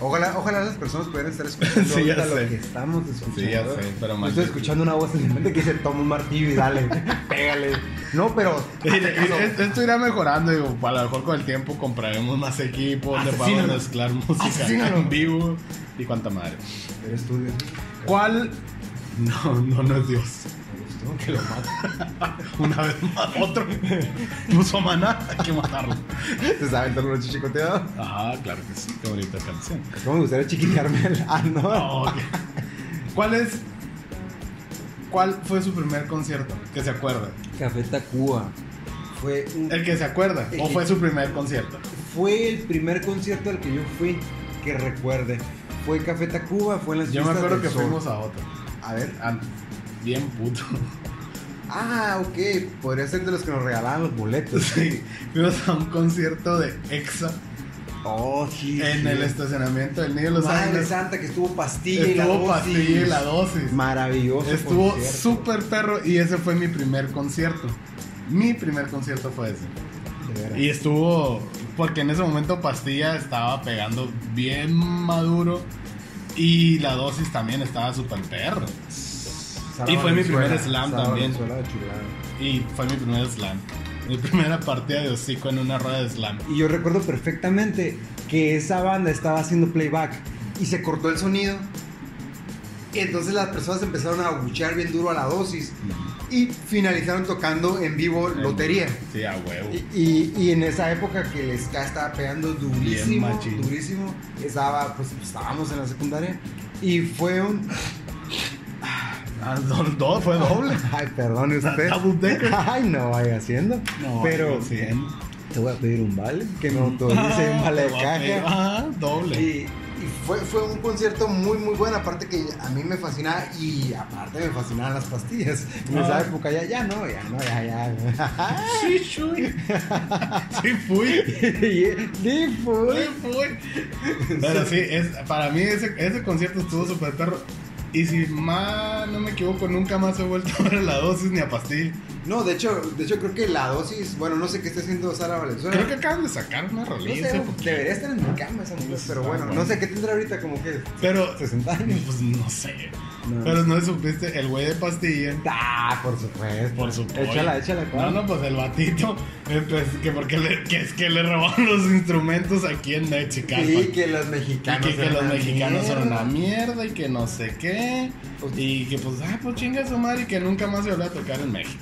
[SPEAKER 5] ojalá, ojalá las personas pudieran estar escuchando
[SPEAKER 4] Sí, ya
[SPEAKER 5] ahorita lo
[SPEAKER 4] sé.
[SPEAKER 5] que estamos escuchando.
[SPEAKER 4] Sí, ya sé, pero
[SPEAKER 5] Yo
[SPEAKER 4] maldito.
[SPEAKER 5] Estoy escuchando una voz en mi mente que dice, toma un martillo y dale, pégale. No, pero...
[SPEAKER 4] Mire, Este, es- Esto irá mejorando, digo, a lo mejor con el tiempo compraremos más equipo donde podamos
[SPEAKER 5] Asesínalo.
[SPEAKER 4] mezclar música
[SPEAKER 5] Asesínalo.
[SPEAKER 4] en vivo y cuánta madre.
[SPEAKER 5] Eres tú, Dios mío.
[SPEAKER 4] ¿Cuál? No, no, no es Dios.
[SPEAKER 5] Me gustó, que lo mato.
[SPEAKER 4] Una vez más, otro puso a maná, hay que matarlo.
[SPEAKER 5] ¿Te saben todo lo chichicoteado?
[SPEAKER 4] Ah, claro que sí, qué bonita canción.
[SPEAKER 5] Es como me gustaría chiquitearme el ano.
[SPEAKER 4] No, Oh, ok. ¿Cuál es? ¿Cuál fue su primer concierto? Que se acuerda.
[SPEAKER 5] Café Tacuba. Fue un-
[SPEAKER 4] El que se acuerda. ¿O fue su primer concierto?
[SPEAKER 5] fue el primer concierto al que yo fui que recuerde. Fue Café Tacuba, fue en las
[SPEAKER 4] Yo me
[SPEAKER 5] fiestas
[SPEAKER 4] acuerdo
[SPEAKER 5] del
[SPEAKER 4] que
[SPEAKER 5] Sol.
[SPEAKER 4] fuimos a otro.
[SPEAKER 5] A ver.
[SPEAKER 4] Ah, Bien puto.
[SPEAKER 5] Ah, ok. Podría ser de los que nos regalaban los boletos.
[SPEAKER 4] Sí, fuimos a un concierto de EXA
[SPEAKER 5] Oh, sí.
[SPEAKER 4] en
[SPEAKER 5] sí.
[SPEAKER 4] el estacionamiento del Niño de los
[SPEAKER 5] Madre
[SPEAKER 4] Ángeles.
[SPEAKER 5] Santa que estuvo pastilla y la
[SPEAKER 4] Estuvo
[SPEAKER 5] dosis.
[SPEAKER 4] pastilla y la dosis.
[SPEAKER 5] Maravilloso.
[SPEAKER 4] Estuvo
[SPEAKER 5] concierto.
[SPEAKER 4] súper perro y ese fue mi primer concierto. Mi primer concierto fue ese.
[SPEAKER 5] De veras.
[SPEAKER 4] Y estuvo, porque en ese momento Pastilla estaba pegando bien maduro y la dosis también estaba súper perro.
[SPEAKER 5] Sara
[SPEAKER 4] y fue mi
[SPEAKER 5] Valenzuela,
[SPEAKER 4] primer slam
[SPEAKER 5] Sara
[SPEAKER 4] también.
[SPEAKER 5] Valenzuela, chulada.
[SPEAKER 4] Y fue mi primer slam. Mi primera partida de hocico en una rueda de slam.
[SPEAKER 5] Y yo recuerdo perfectamente que esa banda estaba haciendo playback y se cortó el sonido. Y entonces las personas empezaron a abuchear bien duro a la dosis y finalizaron tocando en vivo Lotería.
[SPEAKER 4] Sí, a huevo.
[SPEAKER 5] Y, y- y en esa época que el ska estaba pegando
[SPEAKER 4] Bien
[SPEAKER 5] durísimo,
[SPEAKER 4] machín.
[SPEAKER 5] durísimo, estaba, pues estábamos en la secundaria y fue un...
[SPEAKER 4] Ah, do- do- fue doble.
[SPEAKER 5] Ay, perdone usted.
[SPEAKER 4] Double decker.
[SPEAKER 5] Ay, no vaya haciendo. Pero
[SPEAKER 4] sí.
[SPEAKER 5] te voy a pedir un vale, que
[SPEAKER 4] Mm.
[SPEAKER 5] me autorice un vale de caja.
[SPEAKER 4] Ah, doble.
[SPEAKER 5] Y, y fue, fue un concierto muy, muy bueno. Aparte que a mí me fascinaba y aparte me fascinaban las pastillas. En esa
[SPEAKER 4] Ah.
[SPEAKER 5] época ya, ya no, ya no, ya, ya.
[SPEAKER 4] Sí, chuy. Sí, fui.
[SPEAKER 5] Sí,
[SPEAKER 4] Sí,
[SPEAKER 5] fue.
[SPEAKER 4] fui. Pero sí, es, para mí ese, ese concierto estuvo súper perro. Y si más no me equivoco, nunca más he vuelto a ver a la dosis ni a pastilla.
[SPEAKER 5] No, de hecho, de hecho creo que la dosis, bueno, no sé qué está haciendo Sara Valenzuela.
[SPEAKER 4] Creo que acaban de sacar una
[SPEAKER 5] No sé,
[SPEAKER 4] rolilla. hace poquito.
[SPEAKER 5] debería estar en mi cama esa mujer,
[SPEAKER 4] Pues,
[SPEAKER 5] pero
[SPEAKER 4] está
[SPEAKER 5] bueno,
[SPEAKER 4] bueno.
[SPEAKER 5] no sé qué tendrá ahorita, como que
[SPEAKER 4] Pero,
[SPEAKER 5] 60 años.
[SPEAKER 4] pues no sé.
[SPEAKER 5] No.
[SPEAKER 4] Pero no supiste, el güey de pastilla.
[SPEAKER 5] Ah, por supuesto.
[SPEAKER 4] Por supuesto.
[SPEAKER 5] Échala, échala.
[SPEAKER 4] No,
[SPEAKER 5] ¿cuál?
[SPEAKER 4] no, pues el batito. eh, pues, que porque le- que es que le robaron los instrumentos aquí en Chicago.
[SPEAKER 5] Sí, que los
[SPEAKER 4] Y
[SPEAKER 5] mexicanos
[SPEAKER 4] que, que
[SPEAKER 5] eran
[SPEAKER 4] los
[SPEAKER 5] una
[SPEAKER 4] mexicanos son
[SPEAKER 5] mierda.
[SPEAKER 4] una mierda y que no sé qué.
[SPEAKER 5] Pues-
[SPEAKER 4] Y que pues, ah, pues chinga su madre y que nunca más se volvió a tocar en México.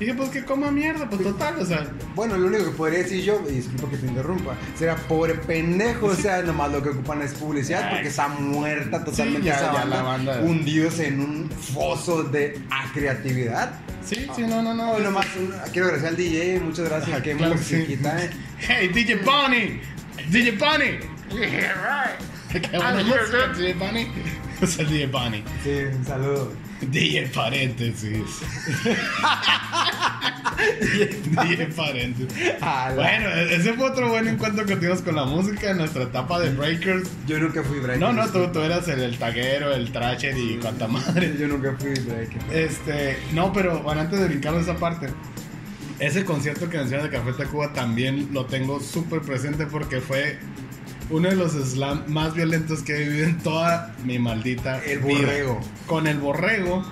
[SPEAKER 4] Y que pues que coma mierda, pues total, o sea,
[SPEAKER 5] Bueno, lo único que podría decir yo, y disculpa que te interrumpa, será pobre pendejo. O sea, nomás lo que ocupan es publicidad
[SPEAKER 4] Ay.
[SPEAKER 5] porque está muerta totalmente
[SPEAKER 4] ya-
[SPEAKER 5] esa
[SPEAKER 4] ya
[SPEAKER 5] banda,
[SPEAKER 4] la banda.
[SPEAKER 5] Hundidos en un foso de a creatividad.
[SPEAKER 4] sí, sí, no, no, no.
[SPEAKER 5] Hoy
[SPEAKER 4] es-
[SPEAKER 5] nomás un- quiero agradecer al DJ, muchas gracias.
[SPEAKER 4] Ah,
[SPEAKER 5] Qué
[SPEAKER 4] claro que sí.
[SPEAKER 5] musiquita, eh.
[SPEAKER 4] Hey, DJ Bunny, DJ Bunny.
[SPEAKER 5] Ah,
[SPEAKER 4] Qué buena música, DJ Bunny. Es el DJ Bunny.
[SPEAKER 5] Sí, un saludo.
[SPEAKER 4] DJ paréntesis. Bien paréntesis.
[SPEAKER 5] A la-
[SPEAKER 4] Bueno, e-, ese fue otro buen encuentro que tuvimos con la música en nuestra etapa
[SPEAKER 5] Mm.
[SPEAKER 4] de Breakers.
[SPEAKER 5] Yo nunca fui breaker.
[SPEAKER 4] No, no, tú, tú eras el, el taguero, el trasher y cuanta madre.
[SPEAKER 5] Yo nunca fui breaker.
[SPEAKER 4] Este, no, pero bueno, antes de brincar de esa parte, ese concierto que mencionas de Café Tacuba también lo tengo súper presente porque fue uno de los slam más violentos que he vivido en toda mi maldita
[SPEAKER 5] El
[SPEAKER 4] vida.
[SPEAKER 5] borrego.
[SPEAKER 4] Con el borrego,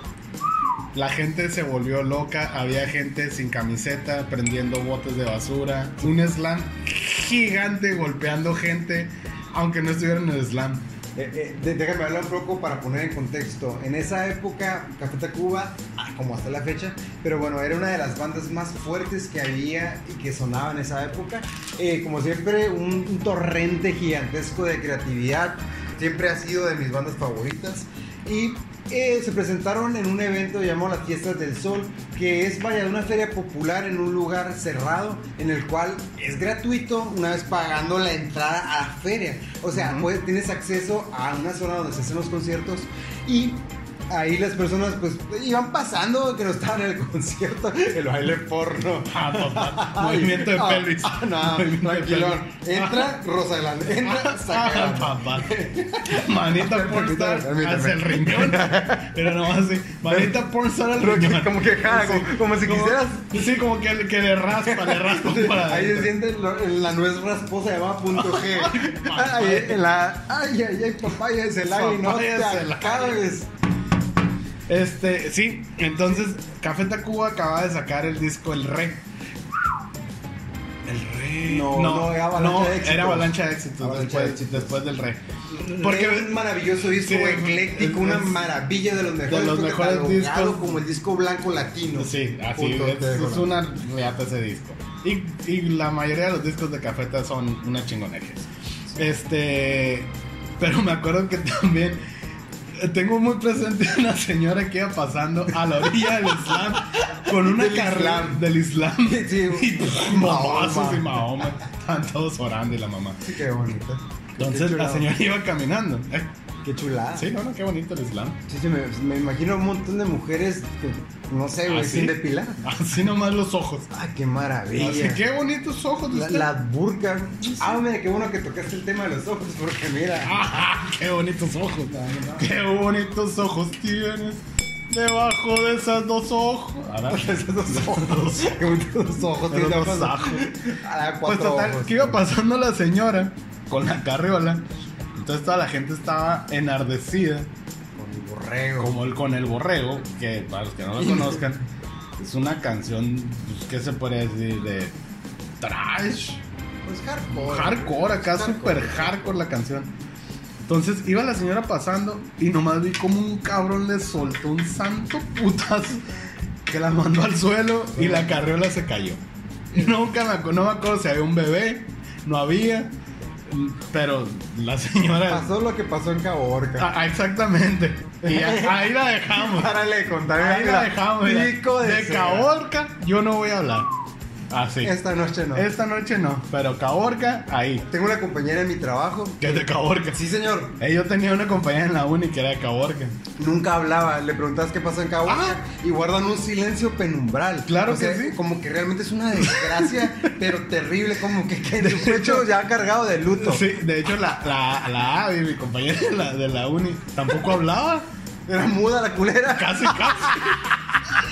[SPEAKER 4] la gente se volvió loca, había gente sin camiseta, prendiendo botes de basura, un slam gigante golpeando gente, aunque no estuvieran en el slam.
[SPEAKER 5] Eh, eh, de- déjame hablar un poco para poner en contexto. En esa época, Café Tacuba, ah, como hasta la fecha, pero bueno, era una de las bandas más fuertes que había y que sonaba en esa época. Eh, como siempre, un, un torrente gigantesco de creatividad. Siempre ha sido de mis bandas favoritas. Y eh, se presentaron en un evento llamado las Fiestas del Sol, que es vaya una feria popular en un lugar cerrado, en el cual es gratuito una vez pagando la entrada a la feria. O sea, pues, tienes acceso a una zona donde se hacen los conciertos y ahí las personas pues iban pasando que no estaban en el concierto, el baile porno.
[SPEAKER 4] Ah, papá, movimiento de
[SPEAKER 5] Ah,
[SPEAKER 4] pelvis.
[SPEAKER 5] ah, no,
[SPEAKER 4] Movimiento de
[SPEAKER 5] tranquilo.
[SPEAKER 4] pelvis.
[SPEAKER 5] Entra, Rosa Galán. Entra, saca.
[SPEAKER 4] Ah,
[SPEAKER 5] Galán.
[SPEAKER 4] papá. Manita pornstar
[SPEAKER 5] Permítame,
[SPEAKER 4] hacia el riñón. Pero nomás así. Manita pornstar al
[SPEAKER 5] Pero que-
[SPEAKER 4] riñón.
[SPEAKER 5] como que, ajá, como- como si quisieras.
[SPEAKER 4] Sí, como que, que le raspa, le raspa para
[SPEAKER 5] Ahí se
[SPEAKER 4] adentro.
[SPEAKER 5] siente lo- la nuez rasposa llamada punto G.
[SPEAKER 4] papaya.
[SPEAKER 5] Ay, en la, ay, ay, ay, papaya es el y no te
[SPEAKER 4] Papaya de Celaya.
[SPEAKER 5] acabes.
[SPEAKER 4] Este, sí. Entonces, Café Tacuba acaba de sacar el disco El Rey. El Rey.
[SPEAKER 5] No, no, era Avalancha
[SPEAKER 4] no,
[SPEAKER 5] de Éxitos.
[SPEAKER 4] Era Avalancha de Éxitos
[SPEAKER 5] Avalancha
[SPEAKER 4] después,
[SPEAKER 5] de Éxitos.
[SPEAKER 4] después del Rey.
[SPEAKER 5] Porque es un maravilloso disco
[SPEAKER 4] Sí,
[SPEAKER 5] ecléctico,
[SPEAKER 4] es-
[SPEAKER 5] una
[SPEAKER 4] es-
[SPEAKER 5] maravilla de los mejores,
[SPEAKER 4] los
[SPEAKER 5] discos
[SPEAKER 4] mejores
[SPEAKER 5] catalogado
[SPEAKER 4] discos.
[SPEAKER 5] como el disco blanco latino.
[SPEAKER 4] Sí, así
[SPEAKER 5] Punto
[SPEAKER 4] es,
[SPEAKER 5] G de
[SPEAKER 4] es
[SPEAKER 5] Galán.
[SPEAKER 4] una reata ese disco. Y, y la mayoría de los discos de Cafeta son una chingonería. Este, pero me acuerdo que también tengo muy presente una señora que iba pasando a la orilla del Islam con una
[SPEAKER 5] Del
[SPEAKER 4] carrera
[SPEAKER 5] Islam.
[SPEAKER 4] del Islam
[SPEAKER 5] Sí,
[SPEAKER 4] y mamazos y Mahoma. Estaban todos orando y la mamá.
[SPEAKER 5] Sí, qué bonito.
[SPEAKER 4] Entonces
[SPEAKER 5] Qué
[SPEAKER 4] la
[SPEAKER 5] chulada.
[SPEAKER 4] señora iba caminando. Eh,
[SPEAKER 5] Qué chulada.
[SPEAKER 4] Sí, no, no, qué bonito el Islam.
[SPEAKER 5] Sí, sí, me, me imagino un montón de mujeres que, no sé, güey,
[SPEAKER 4] ¿Ah, sí?
[SPEAKER 5] sin depilar.
[SPEAKER 4] Así nomás los ojos.
[SPEAKER 5] Ah, qué maravilla.
[SPEAKER 4] Así, ¿Ah, qué bonitos ojos de
[SPEAKER 5] eh. La-
[SPEAKER 4] usted.
[SPEAKER 5] Las burcas. Ah, mira, qué bueno que tocaste el tema de los ojos, porque mira.
[SPEAKER 4] Ah, ¡Qué bonitos ojos! ¡Qué bonitos ojos tienes! Debajo de esos dos ojos. Ahora,
[SPEAKER 5] Esos dos ojos. Qué bonitos los ojos
[SPEAKER 4] Pero
[SPEAKER 5] tiene
[SPEAKER 4] los
[SPEAKER 5] ojos.
[SPEAKER 4] ajos.
[SPEAKER 5] Ah, cuatro
[SPEAKER 4] pues total,
[SPEAKER 5] ojos.
[SPEAKER 4] que iba pasando la señora con la carriola. Entonces toda la gente estaba enardecida,
[SPEAKER 5] Con el borrego.
[SPEAKER 4] como el con el borrego, que para los que no lo conozcan, es una canción, pues, ¿qué se puede decir? De trash.
[SPEAKER 5] Pues hardcore.
[SPEAKER 4] Hardcore, acá super hardcore la canción. Entonces iba la señora pasando y nomás vi como un cabrón le soltó un santo putazo que la mandó al suelo y la carriola se cayó. Nunca me acuerdo, no me acuerdo si había un bebé, no había, pero la señora...
[SPEAKER 5] Pasó lo que pasó en Caborca.
[SPEAKER 4] Ah, ah, exactamente. Y a- ahí la dejamos.
[SPEAKER 5] Párale de contar.
[SPEAKER 4] Ahí
[SPEAKER 5] mira,
[SPEAKER 4] la dejamos. mira.
[SPEAKER 5] pico de,
[SPEAKER 4] De
[SPEAKER 5] cera.
[SPEAKER 4] Caborca yo no voy a hablar. Así.
[SPEAKER 5] Esta noche Este no.
[SPEAKER 4] Esta noche no, pero Caborca ahí.
[SPEAKER 5] Tengo una compañera en mi trabajo.
[SPEAKER 4] Que es de Caborca.
[SPEAKER 5] Sí, señor.
[SPEAKER 4] Eh, yo tenía una compañera en la uni que era de Caborca.
[SPEAKER 5] Nunca hablaba, le preguntabas qué pasó en Caborca
[SPEAKER 4] Ah.
[SPEAKER 5] y guardan un silencio penumbral.
[SPEAKER 4] Claro
[SPEAKER 5] O
[SPEAKER 4] que
[SPEAKER 5] sea,
[SPEAKER 4] sí.
[SPEAKER 5] Como que realmente es una desgracia, pero terrible, como que, que en su pecho ya cargado de luto.
[SPEAKER 4] Sí, de hecho, la, la, la Abby, mi compañera de la, de la uni, tampoco hablaba.
[SPEAKER 5] Era muda la culera,
[SPEAKER 4] Casi, casi.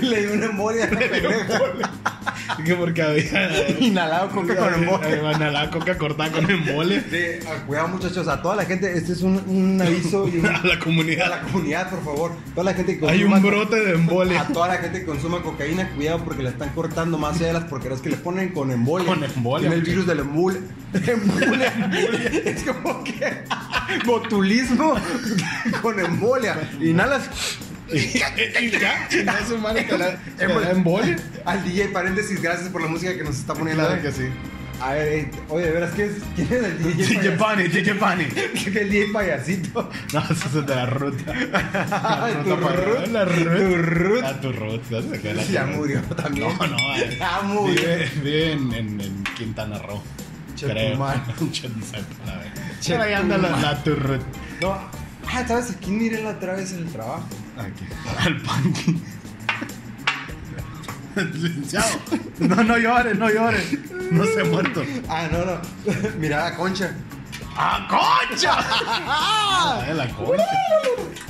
[SPEAKER 5] Le dio una embolia a la pendeja.
[SPEAKER 4] Que porque había.
[SPEAKER 5] Inhalado coca con embolia.
[SPEAKER 4] la coca cortada con embole.
[SPEAKER 5] De, ah, cuidado muchachos, a toda la gente, este es un, un aviso y un-
[SPEAKER 4] A la
[SPEAKER 5] a la
[SPEAKER 4] comunidad.
[SPEAKER 5] comunidad, por favor. Toda la gente que
[SPEAKER 4] Hay
[SPEAKER 5] consuma
[SPEAKER 4] un brote de embole.
[SPEAKER 5] A toda la gente que consuma cocaína, cuidado porque la están cortando más allá de las porquerías que le ponen con embolia.
[SPEAKER 4] Con embolia.
[SPEAKER 5] Tiene el virus del embule. Embolia. es como que botulismo con embolia. Inhalas
[SPEAKER 4] Y, y ya, chingada su madre, te da- te da embole.
[SPEAKER 5] al DJ, paréntesis, gracias por la música que nos está poniendo.
[SPEAKER 4] Claro que sí.
[SPEAKER 5] A ver, eh, oye, de veras, ¿quién es, quién es el DJ?
[SPEAKER 4] DJ
[SPEAKER 5] payaso?
[SPEAKER 4] Pani, DJ Pani.
[SPEAKER 5] Que el DJ payasito.
[SPEAKER 4] No, eso es de la ruta. La
[SPEAKER 5] Ay, tu
[SPEAKER 4] ruta para-
[SPEAKER 5] Ruth,
[SPEAKER 4] la
[SPEAKER 5] tu
[SPEAKER 4] ruta.
[SPEAKER 5] Ruth.
[SPEAKER 4] A tu ruta. se queda la
[SPEAKER 5] Sí, ya
[SPEAKER 4] ruta.
[SPEAKER 5] murió también.
[SPEAKER 4] No, no. eh.
[SPEAKER 5] Ya murió.
[SPEAKER 4] Vive, vive en, en- en Quintana Roo.
[SPEAKER 5] Chetumal.
[SPEAKER 4] Creo. Chetumal, a ver. Pero ahí anda la, la tu ruta.
[SPEAKER 5] No, Ah, ¿sabes a quién miré la otra vez en el trabajo?
[SPEAKER 3] Aquí. Al Panky.
[SPEAKER 4] Chao. No, no llores, no llores. No se ha muerto.
[SPEAKER 5] Ah, no, no. Miraba a Concha.
[SPEAKER 4] ¡Ah, concha! Ah, la concha.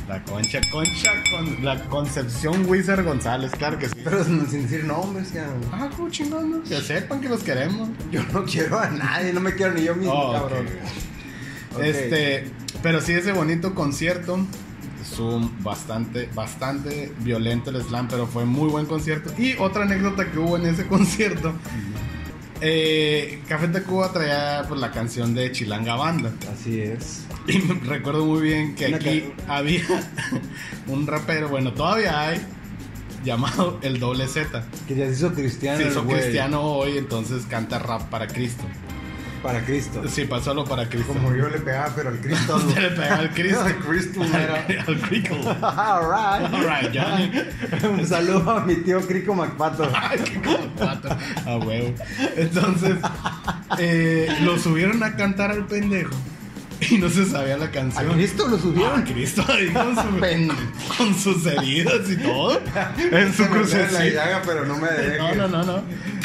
[SPEAKER 4] La concha, concha con la Concepción Wizard González, claro que sí.
[SPEAKER 5] Pero sin sin decir nombres, ya.
[SPEAKER 4] Ah, como chingando. Que sepan que los queremos.
[SPEAKER 5] Yo no quiero a nadie, no me quiero ni yo mismo,
[SPEAKER 4] Oh,
[SPEAKER 5] cabrón.
[SPEAKER 4] ok. Este, pero sí, ese bonito concierto. Estuvo bastante, bastante violento el slam, pero fue muy buen concierto. Y otra anécdota que hubo en ese concierto. eh, Café Tacuba traía pues, la canción de Chilanga Banda.
[SPEAKER 5] Así es.
[SPEAKER 4] Y me recuerdo muy bien que
[SPEAKER 5] Una
[SPEAKER 4] aquí había un rapero, bueno, todavía hay, llamado el doble Z.
[SPEAKER 5] Que ya se hizo cristiano.
[SPEAKER 4] Se
[SPEAKER 5] el
[SPEAKER 4] hizo
[SPEAKER 5] Ah, güey.
[SPEAKER 4] cristiano hoy, entonces canta rap para Cristo.
[SPEAKER 5] Para Cristo.
[SPEAKER 4] Sí, pasó solo para Cristo.
[SPEAKER 5] Como yo le pegaba, pero al Cristo.
[SPEAKER 4] Se le pegaba al Cristo.
[SPEAKER 5] Al Cristo, mero.
[SPEAKER 4] Al, al Crico.
[SPEAKER 5] All right.
[SPEAKER 4] Alright, Johnny.
[SPEAKER 5] Un saludo a mi tío Crico Macpato.
[SPEAKER 4] Ay, qué como pato. A huevo. Entonces, eh, lo subieron a cantar al pendejo. Y no se sabía la
[SPEAKER 5] ¿A
[SPEAKER 4] canción.
[SPEAKER 5] Cristo lo
[SPEAKER 4] Ah,
[SPEAKER 5] subieron?
[SPEAKER 4] Cristo ahí con, su-
[SPEAKER 5] Pen-
[SPEAKER 4] con sus heridas y todo. En su
[SPEAKER 5] Se me fue la
[SPEAKER 4] crucecito.
[SPEAKER 5] llaga, pero no me dejes.
[SPEAKER 4] No, no, no, no.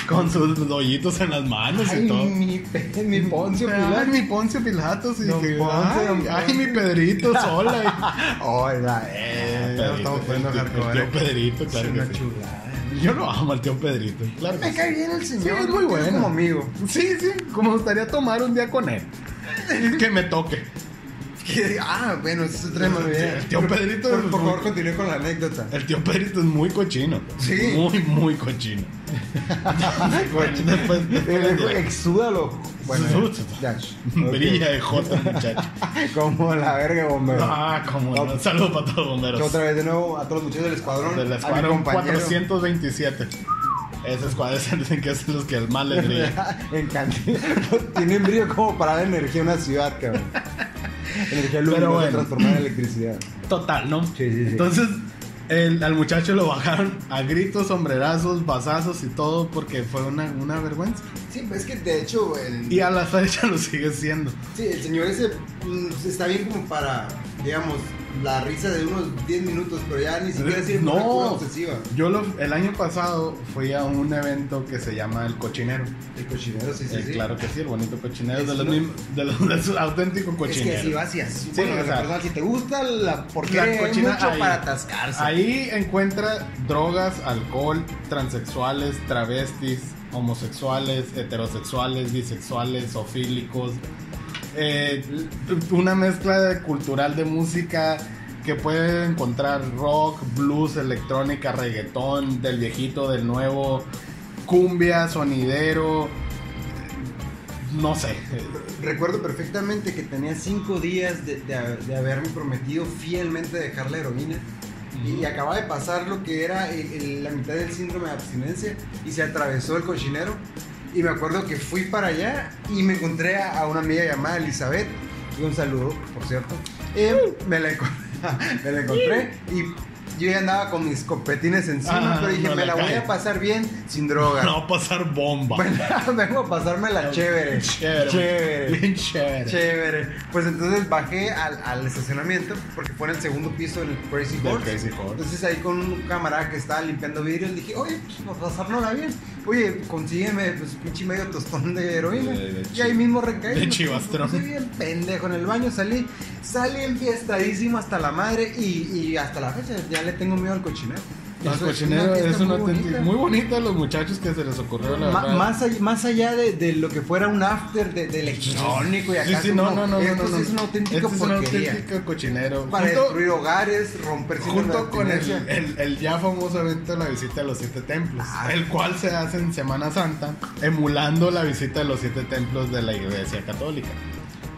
[SPEAKER 4] Con sus hoyitos en las manos
[SPEAKER 5] Ay,
[SPEAKER 4] y todo.
[SPEAKER 5] mi, pe- mi Poncio
[SPEAKER 4] Ay,
[SPEAKER 5] Pilato.
[SPEAKER 4] mi Poncio Pilatos. Y
[SPEAKER 5] Don
[SPEAKER 4] que,
[SPEAKER 5] Poncio,
[SPEAKER 4] ay,
[SPEAKER 5] don
[SPEAKER 4] ay,
[SPEAKER 5] Poncio.
[SPEAKER 4] mi Pedrito sola.
[SPEAKER 5] Hola,
[SPEAKER 4] y-
[SPEAKER 5] eh.
[SPEAKER 4] Pedrito,
[SPEAKER 5] estamos poniendo
[SPEAKER 4] Ah, el tío-
[SPEAKER 5] hardcore. ¿eh?
[SPEAKER 4] el tío Pedrito,
[SPEAKER 5] Es
[SPEAKER 4] claro que
[SPEAKER 5] una
[SPEAKER 4] sí.
[SPEAKER 5] chulada.
[SPEAKER 4] Yo no amo al tío Pedrito. Claro que
[SPEAKER 5] Me
[SPEAKER 4] sí.
[SPEAKER 5] cae bien el señor.
[SPEAKER 4] es muy
[SPEAKER 5] ¿no?
[SPEAKER 4] bueno.
[SPEAKER 5] Como amigo.
[SPEAKER 4] Sí, sí, como me gustaría tomar un día con él. Que me toque.
[SPEAKER 5] Que- Ah, bueno, eso es otra manera.
[SPEAKER 4] El tío Pedrito es
[SPEAKER 5] Por, por favor,
[SPEAKER 4] muy-
[SPEAKER 5] continúe con la anécdota.
[SPEAKER 4] El tío Pedrito es muy cochino.
[SPEAKER 5] Sí.
[SPEAKER 4] Muy, muy cochino. Después- después
[SPEAKER 5] El-
[SPEAKER 4] diré.
[SPEAKER 5] Eh, Exúdalo. Bueno, ya. Ok.
[SPEAKER 4] Brilla de jota, muchacho.
[SPEAKER 5] Como la verga, bombero.
[SPEAKER 4] Ah, como no. Saludos para todos los bomberos.
[SPEAKER 5] Que otra vez de nuevo a todos los muchachos del escuadrón.
[SPEAKER 4] Del
[SPEAKER 5] a mi
[SPEAKER 4] escuadrón
[SPEAKER 5] compañero.
[SPEAKER 4] 427. Ese escuadrón dicen que es los que más le brilla.
[SPEAKER 5] en cantidad. Tienen brillo como para dar energía a una ciudad, cabrón. Energía luminosa
[SPEAKER 4] bueno.
[SPEAKER 5] transformada en electricidad.
[SPEAKER 4] Total, ¿no?
[SPEAKER 5] Sí, sí, sí.
[SPEAKER 4] Entonces, el- al muchacho lo bajaron a gritos, sombrerazos, basazos y todo porque fue una, una vergüenza.
[SPEAKER 5] Sí, pues es que de hecho, el,
[SPEAKER 4] Y a la fecha lo sigue siendo.
[SPEAKER 5] sí, el señor ese mm, está bien como para, digamos, la risa de unos 10 minutos, pero ya ni siquiera sirve para una cura
[SPEAKER 4] Eh, No,
[SPEAKER 5] obsesiva.
[SPEAKER 4] yo lo- el año pasado fui a un evento que se llama El Cochinero.
[SPEAKER 5] El cochinero, sí, sí,
[SPEAKER 4] Eh,
[SPEAKER 5] sí.
[SPEAKER 4] Claro que sí, el bonito cochinero,
[SPEAKER 5] Es
[SPEAKER 4] de los,
[SPEAKER 5] lo-
[SPEAKER 4] mismos- de los, de su auténtico
[SPEAKER 5] Es
[SPEAKER 4] cochinero.
[SPEAKER 5] que así vas y así.
[SPEAKER 4] Sí,
[SPEAKER 5] bueno,
[SPEAKER 4] o
[SPEAKER 5] la
[SPEAKER 4] sea,
[SPEAKER 5] persona, si te gusta la porquería,
[SPEAKER 4] la
[SPEAKER 5] hay
[SPEAKER 4] cochina-
[SPEAKER 5] mucho
[SPEAKER 4] ahí.
[SPEAKER 5] para atascarse.
[SPEAKER 4] Ahí encuentra drogas, alcohol, transexuales, travestis, homosexuales, heterosexuales, bisexuales, ofílicos. eh, una mezcla de- cultural de música que puede encontrar rock, blues, electrónica, reggaetón, del viejito, del nuevo, cumbia, sonidero. No sé.
[SPEAKER 5] Recuerdo perfectamente que tenía cinco días de, de- de haberme prometido fielmente dejar la heroína. Y, y acababa de pasar lo que era el- el- la mitad del síndrome de abstinencia y se atravesó el cochinero. Y me acuerdo que fui para allá y me encontré a, a una amiga llamada Elizabeth. Y un saludo, por cierto. Eh, me, la encon- me la encontré y yo ya andaba con mis copetines encima,
[SPEAKER 4] Ah,
[SPEAKER 5] pero dije,
[SPEAKER 4] no
[SPEAKER 5] me
[SPEAKER 4] la
[SPEAKER 5] la voy
[SPEAKER 4] cae.
[SPEAKER 5] a pasar bien sin droga.
[SPEAKER 4] No va a pasar bomba.
[SPEAKER 5] Bueno, vengo a pasármela chévere.
[SPEAKER 4] Chévere.
[SPEAKER 5] Chévere.
[SPEAKER 4] Bien chévere.
[SPEAKER 5] Chévere. Pues entonces bajé al, al estacionamiento porque fue en el segundo piso del Crazy
[SPEAKER 4] Del
[SPEAKER 5] Horse.
[SPEAKER 4] Crazy Horse.
[SPEAKER 5] Entonces ahí con un camarada que estaba limpiando vidrios dije, oye, pues nos pasárnosla bien. Oye, consígueme pues pinche medio tostón de heroína.
[SPEAKER 4] De- de
[SPEAKER 5] y ahí
[SPEAKER 4] chi-
[SPEAKER 5] mismo recaí.
[SPEAKER 4] de
[SPEAKER 5] Me
[SPEAKER 4] chivastrón.
[SPEAKER 5] puse bien pendejo en el baño, salí, salí enfiestadísimo hasta la madre y, y hasta la fecha ya le tengo miedo al cochinero.
[SPEAKER 4] El
[SPEAKER 5] Entonces,
[SPEAKER 4] cochinero
[SPEAKER 5] una fiesta
[SPEAKER 4] es una
[SPEAKER 5] muy bonita.
[SPEAKER 4] auténtica- muy bonito a los muchachos que se les ocurrió la
[SPEAKER 5] Ma-
[SPEAKER 4] verdad.
[SPEAKER 5] más, allá, más allá de, de lo que fuera un after de, de electrónico y acá
[SPEAKER 4] Sí, sí,
[SPEAKER 5] como,
[SPEAKER 4] no, no, no, no,
[SPEAKER 5] esto
[SPEAKER 4] no,
[SPEAKER 5] sí
[SPEAKER 4] no.
[SPEAKER 5] es una auténtica
[SPEAKER 4] Este es un
[SPEAKER 5] porquería.
[SPEAKER 4] auténtico cochinero.
[SPEAKER 5] Para
[SPEAKER 4] junto
[SPEAKER 5] destruir hogares, romper síndrome de
[SPEAKER 4] junto con el,
[SPEAKER 5] abstinencia.
[SPEAKER 4] el- el ya famoso evento de la visita de los siete templos,
[SPEAKER 5] Ah.
[SPEAKER 4] el cual se hace en Semana Santa, emulando la visita de los siete templos de la Iglesia Católica.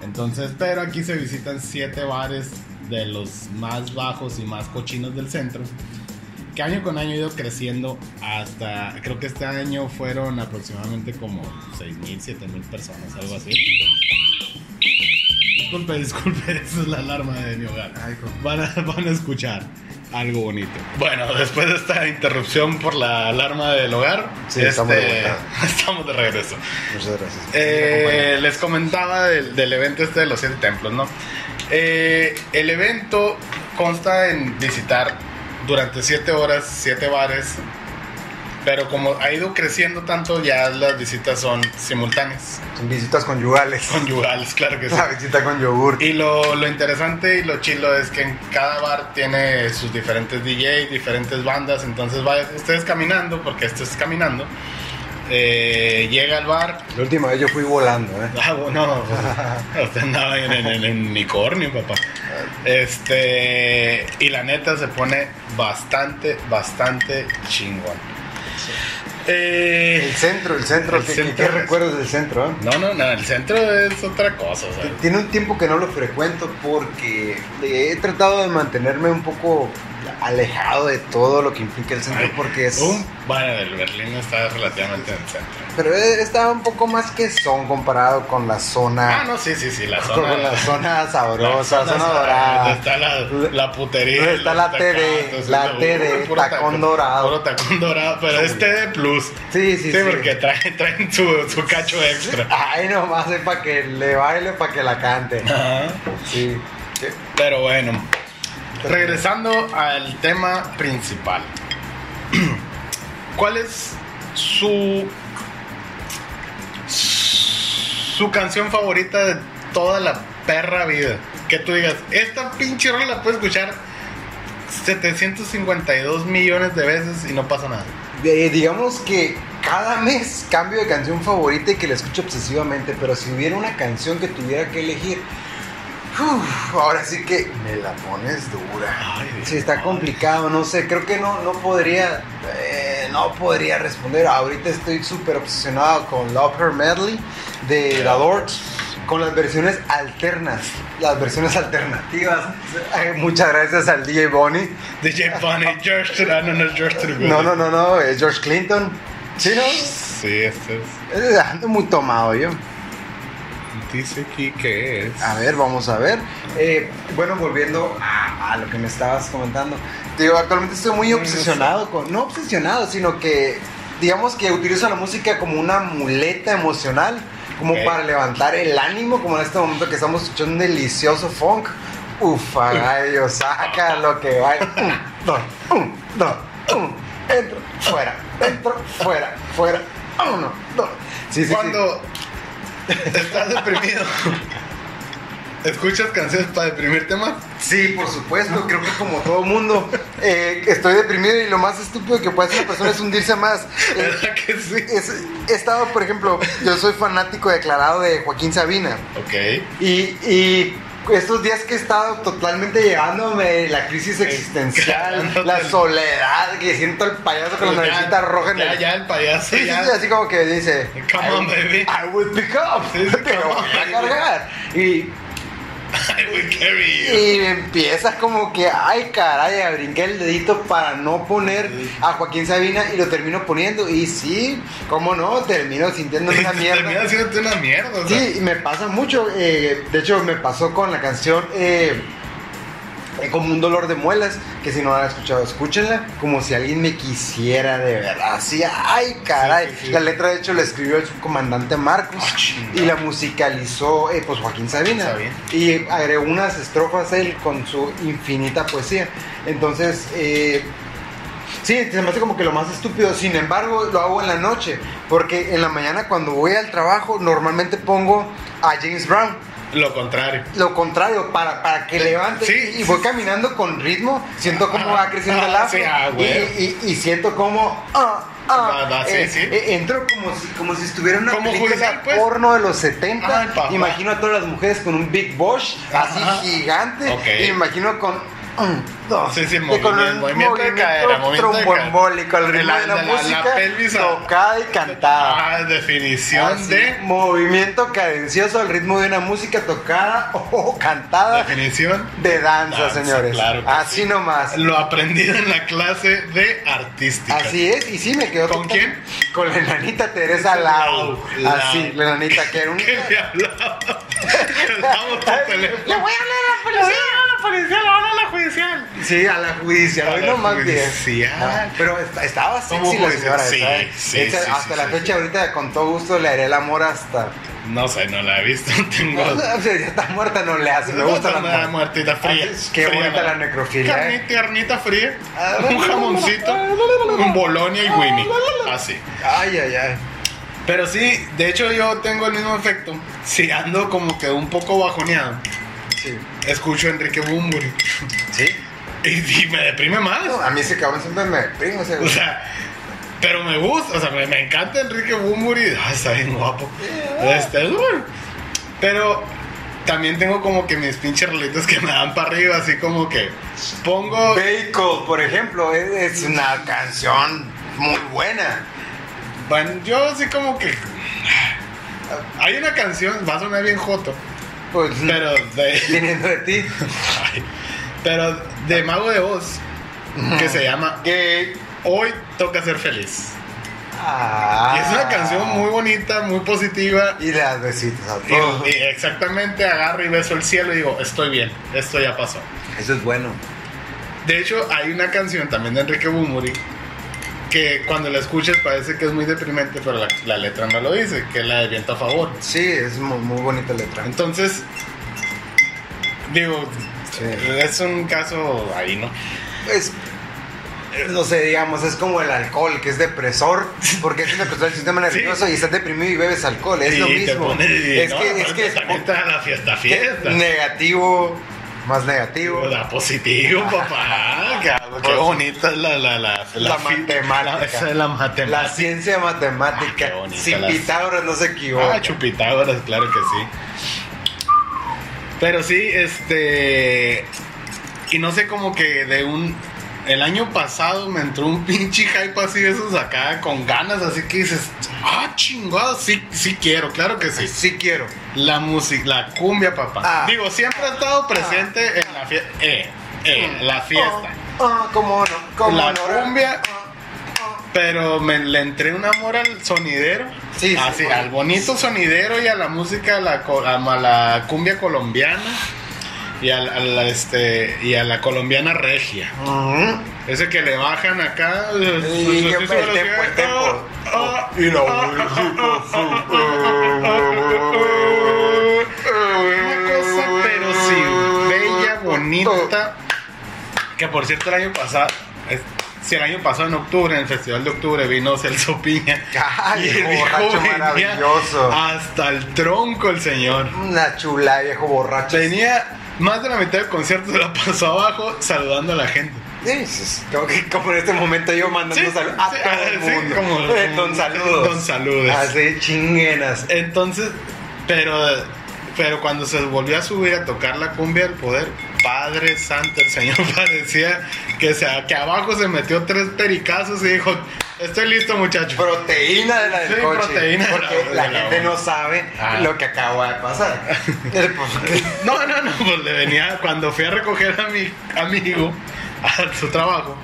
[SPEAKER 4] Entonces, pero aquí se visitan siete bares de los más bajos y más cochinos del centro, que año con año ha ido creciendo hasta, creo que este año fueron aproximadamente como 6.000, 7.000 personas, algo así. Disculpe, disculpe, esa es la alarma de mi hogar
[SPEAKER 5] Ay, co-
[SPEAKER 4] van a, van a escuchar algo bonito. Bueno, después de esta interrupción por la alarma del hogar, este,
[SPEAKER 5] Sí, estamos de vuelta.
[SPEAKER 4] estamos de regreso.
[SPEAKER 5] Muchas gracias.
[SPEAKER 4] Eh, les comentaba del, del evento este de los siete templos, ¿no? Eh, el evento consta en visitar durante 7 horas 7 bares, pero como ha ido creciendo tanto, ya las visitas son simultáneas,
[SPEAKER 5] Son visitas conyugales.
[SPEAKER 4] conyugales, claro que sí.
[SPEAKER 5] La visita con yogur.
[SPEAKER 4] Y lo, lo interesante y lo chilo es que en cada bar tiene sus diferentes DJ, diferentes bandas. Entonces vayan ustedes caminando, porque esto es caminando. eh, llega al bar.
[SPEAKER 5] La última vez yo fui volando, ¿eh?
[SPEAKER 4] Ah, bueno, pues, usted andaba en, en- en el unicornio, papá. Este, y la neta se pone bastante, bastante chingón. Eh,
[SPEAKER 5] El centro, el centro.
[SPEAKER 4] El
[SPEAKER 5] ¿qué-
[SPEAKER 4] centro
[SPEAKER 5] ¿Qué, qué
[SPEAKER 4] es-
[SPEAKER 5] recuerdas del centro, eh?
[SPEAKER 4] no, no, no, el centro es otra cosa. o sea,
[SPEAKER 5] Tiene un tiempo que no lo frecuento porque he tratado de mantenerme un poco alejado de todo lo que implica el centro
[SPEAKER 4] ay,
[SPEAKER 5] porque es...
[SPEAKER 4] Un bar en el Berlín está relativamente en el centro.
[SPEAKER 5] Pero estaba un poco más que son comparado con la zona...
[SPEAKER 4] Ah, no, sí, sí, sí, la zona.
[SPEAKER 5] con la zona
[SPEAKER 4] la
[SPEAKER 5] sabrosa, zona,
[SPEAKER 4] zona
[SPEAKER 5] dorada.
[SPEAKER 4] Donde está la, la putería.
[SPEAKER 5] Donde está la
[SPEAKER 4] los
[SPEAKER 5] TD,
[SPEAKER 4] tacatos,
[SPEAKER 5] la
[SPEAKER 4] puro-
[SPEAKER 5] TD,
[SPEAKER 4] puro
[SPEAKER 5] tacón
[SPEAKER 4] taco-
[SPEAKER 5] dorado.
[SPEAKER 4] Puro tacón dorado, pero es TD Plus. Sí,
[SPEAKER 5] Sí, sí, sí.
[SPEAKER 4] porque traen, traen su, su cacho extra.
[SPEAKER 5] Ay, nomás es para que le baile, para que la cante.
[SPEAKER 4] Ajá.
[SPEAKER 5] Sí.
[SPEAKER 4] Pero bueno, regresando al tema principal. ¿Cuál es su su canción favorita de toda la perra vida? Que tú digas, esta pinche rola la puedes escuchar 752 millones de veces y no pasa nada.
[SPEAKER 5] Eh, digamos que cada mes cambio de canción favorita y que la escucho obsesivamente, pero si hubiera una canción que tuviera que elegir, uf, ahora sí que me la pones dura.
[SPEAKER 4] Ay, Dios.
[SPEAKER 5] Sí, está complicado, no sé, creo que no, no podría, eh, no podría responder. Ahorita estoy súper obsesionado con Love Her Medley de The Doors, con las versiones alternas, las versiones alternativas. Eh, muchas gracias al DJ Bonnie.
[SPEAKER 4] DJ Bunny, George, ah, no, no es George Trudeau.
[SPEAKER 5] No, no, no, no, es George Clinton. Sí, ¿no?
[SPEAKER 4] Sí, este es.
[SPEAKER 5] Eh, Ando muy tomado yo.
[SPEAKER 4] Dice aquí que es.
[SPEAKER 5] A ver, vamos a ver. Eh, bueno, volviendo a, a lo que me estabas comentando. Te Digo, actualmente estoy
[SPEAKER 4] Mm,
[SPEAKER 5] muy obsesionado con... No obsesionado, sino que digamos que utilizo la música como una muleta emocional, como
[SPEAKER 4] Ok.
[SPEAKER 5] para levantar el ánimo, como en este momento que estamos escuchando un delicioso funk. Ufa, gallo, saca lo que va. Un, dos, un, dos, un. Entro, fuera, entro, fuera, fuera. Uno, dos. Sí, sí, sí.
[SPEAKER 4] Cuando estás deprimido, ¿escuchas canciones para deprimirte más?
[SPEAKER 5] Sí, por supuesto, creo que como todo mundo, eh, estoy deprimido y lo más estúpido que puede hacer una persona es hundirse más. Eh,
[SPEAKER 4] ¿Verdad que sí?
[SPEAKER 5] es- he estado, por ejemplo, yo soy fanático declarado de Joaquín Sabina
[SPEAKER 4] Ok.
[SPEAKER 5] y, y estos días que he estado totalmente llevándome la crisis existencial, la soledad, que siento al payaso con la
[SPEAKER 4] Pues ya-
[SPEAKER 5] naricita roja en
[SPEAKER 4] ya,
[SPEAKER 5] el...
[SPEAKER 4] ya, el payaso.
[SPEAKER 5] Sí, sí,
[SPEAKER 4] ya.
[SPEAKER 5] sí, así como que dice,
[SPEAKER 4] Come on, baby.
[SPEAKER 5] I will pick up,
[SPEAKER 4] Sí, sí,
[SPEAKER 5] te
[SPEAKER 4] come
[SPEAKER 5] voy
[SPEAKER 4] on,
[SPEAKER 5] a
[SPEAKER 4] baby.
[SPEAKER 5] cargar. Y
[SPEAKER 4] I will carry you.
[SPEAKER 5] Y empiezas como que, ay caray, a brincar el dedito para no poner a Joaquín Sabina y lo termino poniendo. Y sí, cómo no, termino sintiendo una
[SPEAKER 4] Termina
[SPEAKER 5] mierda.
[SPEAKER 4] haciéndote una mierda. o sea,
[SPEAKER 5] Sí, y me pasa mucho. eh, de hecho, me pasó con la canción eh, eh, como un dolor de muelas, que si no la han escuchado, escúchenla, como si alguien me quisiera de verdad. Así, ay caray.
[SPEAKER 4] Sí, sí, sí.
[SPEAKER 5] La letra, de hecho, la escribió el subcomandante Marcos
[SPEAKER 4] Ah, chingada.
[SPEAKER 5] y la musicalizó eh, pues Joaquín Sabina.
[SPEAKER 4] Está bien.
[SPEAKER 5] Y agregó unas estrofas él con su infinita poesía. Entonces, eh, sí, se me hace como que lo más estúpido. Sin embargo, lo hago en la noche. Porque en la mañana cuando voy al trabajo, normalmente pongo a James Brown.
[SPEAKER 4] Lo contrario.
[SPEAKER 5] Lo contrario, para, para que levante.
[SPEAKER 4] Sí.
[SPEAKER 5] y voy caminando con ritmo. Siento cómo va creciendo el
[SPEAKER 4] Ah,
[SPEAKER 5] afro.
[SPEAKER 4] sí, ah,
[SPEAKER 5] y,
[SPEAKER 4] güey.
[SPEAKER 5] y- y siento como... ah, ah,
[SPEAKER 4] Va, va, sí,
[SPEAKER 5] eh,
[SPEAKER 4] sí.
[SPEAKER 5] eh, entro como si, como si estuviera en una
[SPEAKER 4] Como
[SPEAKER 5] película
[SPEAKER 4] judicial, pues.
[SPEAKER 5] porno de los
[SPEAKER 4] Ay,
[SPEAKER 5] 70.
[SPEAKER 4] papá.
[SPEAKER 5] imagino a todas las mujeres con un Big Bosch así
[SPEAKER 4] Ajá.
[SPEAKER 5] gigante.
[SPEAKER 4] Ok.
[SPEAKER 5] Y me imagino con... un, dos,
[SPEAKER 4] Sí, sí, el
[SPEAKER 5] y con
[SPEAKER 4] movimiento-
[SPEAKER 5] un
[SPEAKER 4] movimiento de cadera, movimiento de cadera.
[SPEAKER 5] tromboembólico al ritmo
[SPEAKER 4] La-
[SPEAKER 5] de la,
[SPEAKER 4] la- la
[SPEAKER 5] música
[SPEAKER 4] pelvis a-
[SPEAKER 5] tocada y cantada.
[SPEAKER 4] Ah, definición
[SPEAKER 5] Así,
[SPEAKER 4] de.
[SPEAKER 5] Movimiento cadencioso al ritmo de una música tocada o cantada
[SPEAKER 4] Definición.
[SPEAKER 5] de danza,
[SPEAKER 4] Danza,
[SPEAKER 5] señores.
[SPEAKER 4] claro que
[SPEAKER 5] Así
[SPEAKER 4] sí.
[SPEAKER 5] nomás.
[SPEAKER 4] Lo aprendido en la clase de artística.
[SPEAKER 5] Así es, y sí me quedó.
[SPEAKER 4] ¿Con quién?
[SPEAKER 5] Con la enanita Teresa Lau.
[SPEAKER 4] Lau,
[SPEAKER 5] Así,
[SPEAKER 4] Lau.
[SPEAKER 5] la enanita que era un.
[SPEAKER 4] ¿Qué le hablaba? Le damos tu teléfono.
[SPEAKER 5] voy a hablar a la policía.
[SPEAKER 4] a la policía, la van a la judicial.
[SPEAKER 6] Sí, a la judicial.
[SPEAKER 4] A
[SPEAKER 6] Hoy
[SPEAKER 4] la
[SPEAKER 6] no más bien.
[SPEAKER 4] judicial.
[SPEAKER 6] Ah, Pero est- estaba
[SPEAKER 4] ¿Cómo
[SPEAKER 6] sexy la
[SPEAKER 4] judicial?
[SPEAKER 6] señora.
[SPEAKER 4] Sí,
[SPEAKER 6] estaba-
[SPEAKER 5] ¿eh?
[SPEAKER 4] sí,
[SPEAKER 6] esta-
[SPEAKER 4] sí,
[SPEAKER 6] Hasta
[SPEAKER 4] sí,
[SPEAKER 6] la
[SPEAKER 4] sí.
[SPEAKER 6] fecha ahorita con todo gusto le haré el amor hasta...
[SPEAKER 4] No sé, no la he visto. Tengo.
[SPEAKER 6] O sea, ya está muerta, no le hace. Me gusta
[SPEAKER 4] No,
[SPEAKER 6] la
[SPEAKER 4] no, muertita fría.
[SPEAKER 6] Ah, sí, Qué
[SPEAKER 4] Fría,
[SPEAKER 6] bonita
[SPEAKER 4] no.
[SPEAKER 6] la necrofilia,
[SPEAKER 4] Carni-
[SPEAKER 6] eh.
[SPEAKER 4] Carnita fría,
[SPEAKER 6] Ah,
[SPEAKER 4] un jamoncito, un bolonia y Winnie. Así.
[SPEAKER 6] Ay, ay, ay.
[SPEAKER 4] Pero sí, de hecho yo tengo el mismo efecto. Si ando como que un poco bajoneado,
[SPEAKER 6] Sí.
[SPEAKER 4] escucho a Enrique Bumburi
[SPEAKER 6] ¿Sí?
[SPEAKER 4] y, y me deprime más.
[SPEAKER 6] No, a mí ese cabrón siempre me deprime, o sea,
[SPEAKER 4] O
[SPEAKER 6] güey.
[SPEAKER 4] sea, pero me gusta, o sea, me, me encanta Enrique Bumburi, ah, está bien guapo. Este, es bueno. Pero también tengo como que mis pinches rolitas que me dan para arriba, así como que pongo...
[SPEAKER 6] Bacon, por ejemplo, es, es una canción muy buena.
[SPEAKER 4] Bueno, yo así como que... Hay una canción, va a sonar bien joto,
[SPEAKER 6] Pues,
[SPEAKER 4] pero de...
[SPEAKER 6] viniendo de ti.
[SPEAKER 4] ay, pero de Mago de Oz, que se llama
[SPEAKER 6] Gay.
[SPEAKER 4] Hoy toca ser feliz.
[SPEAKER 6] Ah.
[SPEAKER 4] Y es una canción muy bonita, muy positiva,
[SPEAKER 6] Y las besitas a todos.
[SPEAKER 4] Y, y exactamente agarro y beso el cielo y digo, estoy bien, esto ya pasó.
[SPEAKER 6] Eso es bueno.
[SPEAKER 4] De hecho, hay una canción también de Enrique Bumuri que cuando la escuchas parece que es muy deprimente, pero la, la letra no lo dice, que es la de viento a favor.
[SPEAKER 6] Sí, es muy, muy bonita letra.
[SPEAKER 4] Entonces, digo,
[SPEAKER 6] Sí.
[SPEAKER 4] es un caso ahí, ¿no?
[SPEAKER 6] Pues, eh, no sé, digamos, es como el alcohol, que es depresor, porque es un depresor del sistema nervioso y estás deprimido y bebes alcohol, es
[SPEAKER 4] y
[SPEAKER 6] lo
[SPEAKER 4] Te
[SPEAKER 6] mismo.
[SPEAKER 4] pone, y,
[SPEAKER 6] es,
[SPEAKER 4] no,
[SPEAKER 6] que, es
[SPEAKER 4] aparte
[SPEAKER 6] que es
[SPEAKER 4] también está la fiesta, fiesta.
[SPEAKER 6] negativo, más negativo.
[SPEAKER 4] Da positivo, papá. cabrón, Qué bonita es la, la, la,
[SPEAKER 6] La
[SPEAKER 4] fi-
[SPEAKER 6] matemática.
[SPEAKER 4] la- esa es la matemática.
[SPEAKER 6] La ciencia
[SPEAKER 4] Ah,
[SPEAKER 6] matemática.
[SPEAKER 4] qué bonita
[SPEAKER 6] Sin
[SPEAKER 4] la-
[SPEAKER 6] Pitágoras no se equivoca.
[SPEAKER 4] Ah, chupitágoras, claro que sí. Pero sí, este. Y no sé, como que de un. El año pasado me entró un pinche hype así de esos acá con ganas, así que dices, ah, chingado, sí, sí quiero, claro que sí.
[SPEAKER 6] sí quiero.
[SPEAKER 4] La música, la cumbia, papá.
[SPEAKER 6] Ah. Mm.
[SPEAKER 4] Digo, siempre ha estado presente en la fiesta. Eh, eh, la fiesta.
[SPEAKER 6] Ah, ah, cómo no, cómo
[SPEAKER 4] La
[SPEAKER 6] no.
[SPEAKER 4] cumbia.
[SPEAKER 6] Ah, ah.
[SPEAKER 4] Pero me le entré un amor al sonidero.
[SPEAKER 6] Sí, sí,
[SPEAKER 4] Así,
[SPEAKER 6] bueno.
[SPEAKER 4] al bonito sonidero y a la música, a la, co- a ma- la cumbia colombiana y a, la- a la, este, y a la colombiana regia.
[SPEAKER 6] Ujú.
[SPEAKER 4] Ese que le bajan acá. eh, pues,
[SPEAKER 6] Y que el tempo, el tempo.
[SPEAKER 4] Y la Ah, Una cosa, pero sí, bella, bonita. Que por cierto, el año pasado. es- Si el año pasado, en octubre, en el Festival de Octubre, vino Celso Piña.
[SPEAKER 6] Ay,
[SPEAKER 4] el viejo
[SPEAKER 6] borracho
[SPEAKER 4] venía
[SPEAKER 6] maravilloso.
[SPEAKER 4] Hasta el tronco el señor.
[SPEAKER 6] Una chula, viejo borracho.
[SPEAKER 4] Tenía más de la mitad del concierto, se la pasó abajo saludando a la gente.
[SPEAKER 6] Dices, Como, que- como en este momento yo mandando
[SPEAKER 4] Sí,
[SPEAKER 6] saludos a
[SPEAKER 4] sí,
[SPEAKER 6] todo
[SPEAKER 4] ah,
[SPEAKER 6] el
[SPEAKER 4] sí,
[SPEAKER 6] mundo.
[SPEAKER 4] como-
[SPEAKER 6] Eh, don saludos. Ah,
[SPEAKER 4] Don saludos.
[SPEAKER 6] Así chinguenas.
[SPEAKER 4] Entonces, pero, pero cuando se volvió a subir a tocar la cumbia del poder, Padre Santo, el Señor parecía que, se, que abajo se metió tres pericazos y dijo, estoy listo muchacho.
[SPEAKER 6] Proteína de la del
[SPEAKER 4] Sí,
[SPEAKER 6] coche.
[SPEAKER 4] proteína de la-
[SPEAKER 6] porque
[SPEAKER 4] de
[SPEAKER 6] la,
[SPEAKER 4] la
[SPEAKER 6] gente
[SPEAKER 4] buena.
[SPEAKER 6] no sabe
[SPEAKER 4] Ah.
[SPEAKER 6] lo que acaba de pasar. Eh, pues,
[SPEAKER 4] No, no, no, pues le venía, cuando fui a recoger a mi amigo a su trabajo,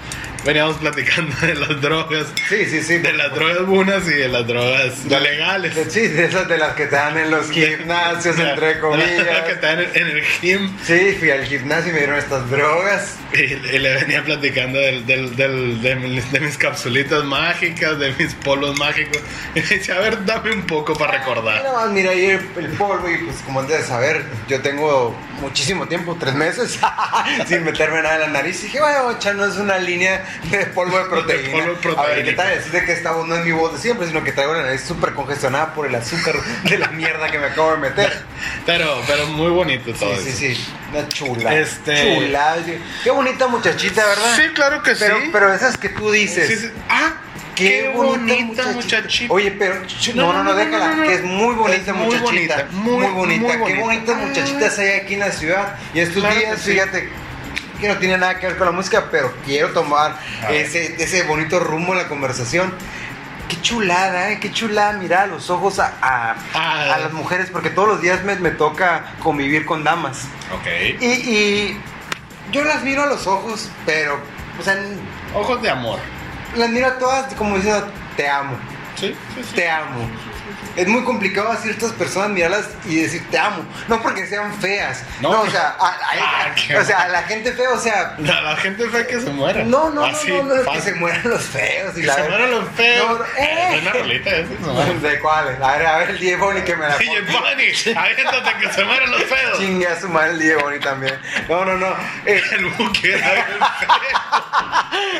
[SPEAKER 4] veníamos platicando de las drogas,
[SPEAKER 6] sí, sí, sí.
[SPEAKER 4] de las drogas buenas y de las drogas legales.
[SPEAKER 6] Sí, de esas de las que te dan en los gimnasios, entre comillas.
[SPEAKER 4] que están en en el gym.
[SPEAKER 6] Sí, fui al gimnasio y me dieron estas drogas.
[SPEAKER 4] Y, y le venía platicando del, del- del- de, mis, de mis capsulitas mágicas, de mis polos mágicos. Y me dice, a ver, dame un poco para
[SPEAKER 6] Y
[SPEAKER 4] recordar.
[SPEAKER 6] nada más, mira ahí el, el polvo y pues como antes de saber, yo tengo muchísimo tiempo, tres meses, sin meterme nada en la nariz. Y dije, bueno, echarnos una línea de polvo de proteína.
[SPEAKER 4] polvo
[SPEAKER 6] A ver, ¿qué
[SPEAKER 4] proteínico.
[SPEAKER 6] tal? Así de que esta voz no es mi voz de siempre, sino que traigo la nariz súper congestionada por el azúcar de la mierda que me acabo de meter.
[SPEAKER 4] Pero, pero muy bonito todo.
[SPEAKER 6] Sí, sí,
[SPEAKER 4] eso.
[SPEAKER 6] sí. Una chula.
[SPEAKER 4] Este-
[SPEAKER 6] Chula. Qué bonita muchachita, ¿verdad?
[SPEAKER 4] Sí, claro que
[SPEAKER 6] Pero,
[SPEAKER 4] sí.
[SPEAKER 6] pero esas que tú dices.
[SPEAKER 4] Sí, sí. Ah, qué, bonita muchachita.
[SPEAKER 6] Oye, pero ch- no, no, no, déjala, que es muy bonita
[SPEAKER 4] Es muy
[SPEAKER 6] muchachita.
[SPEAKER 4] bonita,
[SPEAKER 6] Muy,
[SPEAKER 4] muy,
[SPEAKER 6] bonita.
[SPEAKER 4] muy
[SPEAKER 6] Qué
[SPEAKER 4] bonita. Ah.
[SPEAKER 6] bonitas muchachitas hay aquí en la ciudad. Y estos
[SPEAKER 4] Claro que
[SPEAKER 6] días,
[SPEAKER 4] sí.
[SPEAKER 6] fíjate, que no tiene nada que ver con la música, pero quiero tomar
[SPEAKER 4] A ver.
[SPEAKER 6] ese, ese bonito rumbo en la conversación. Qué chulada, ¿eh? qué chulada mirar a los ojos a, a-
[SPEAKER 4] Ah.
[SPEAKER 6] a las mujeres, porque todos los días me, me toca convivir con damas.
[SPEAKER 4] Ok.
[SPEAKER 6] Y, y yo las miro a los ojos, pero, o sea,
[SPEAKER 4] Ojos de amor.
[SPEAKER 6] las miro a todas como diciendo, te amo.
[SPEAKER 4] Sí, sí, sí.
[SPEAKER 6] Te amo.
[SPEAKER 5] es muy complicado a ciertas personas mirarlas y decir te amo. No porque sean feas. No,
[SPEAKER 4] No.
[SPEAKER 5] o sea, a, a-
[SPEAKER 4] Ah, qué
[SPEAKER 5] o sea, a la gente fea, o sea.
[SPEAKER 4] La, la gente fue que se muera.
[SPEAKER 5] No, no,
[SPEAKER 4] Así,
[SPEAKER 5] no, no, no, que
[SPEAKER 4] fácil.
[SPEAKER 5] se mueran los feos y
[SPEAKER 4] Que
[SPEAKER 5] la
[SPEAKER 4] se mueran los feos.
[SPEAKER 5] No, no, eh.
[SPEAKER 4] Es una rolita esa. se mueran.
[SPEAKER 5] ¿De cuáles? A ver, a ver, el Diego ni que me la
[SPEAKER 4] DJ
[SPEAKER 5] ponga.
[SPEAKER 4] Bunny, aviéntate que se mueran los feos.
[SPEAKER 5] Chingue a su madre el Diego ni también. No, no, no. Eh,
[SPEAKER 4] El buque era bien feo.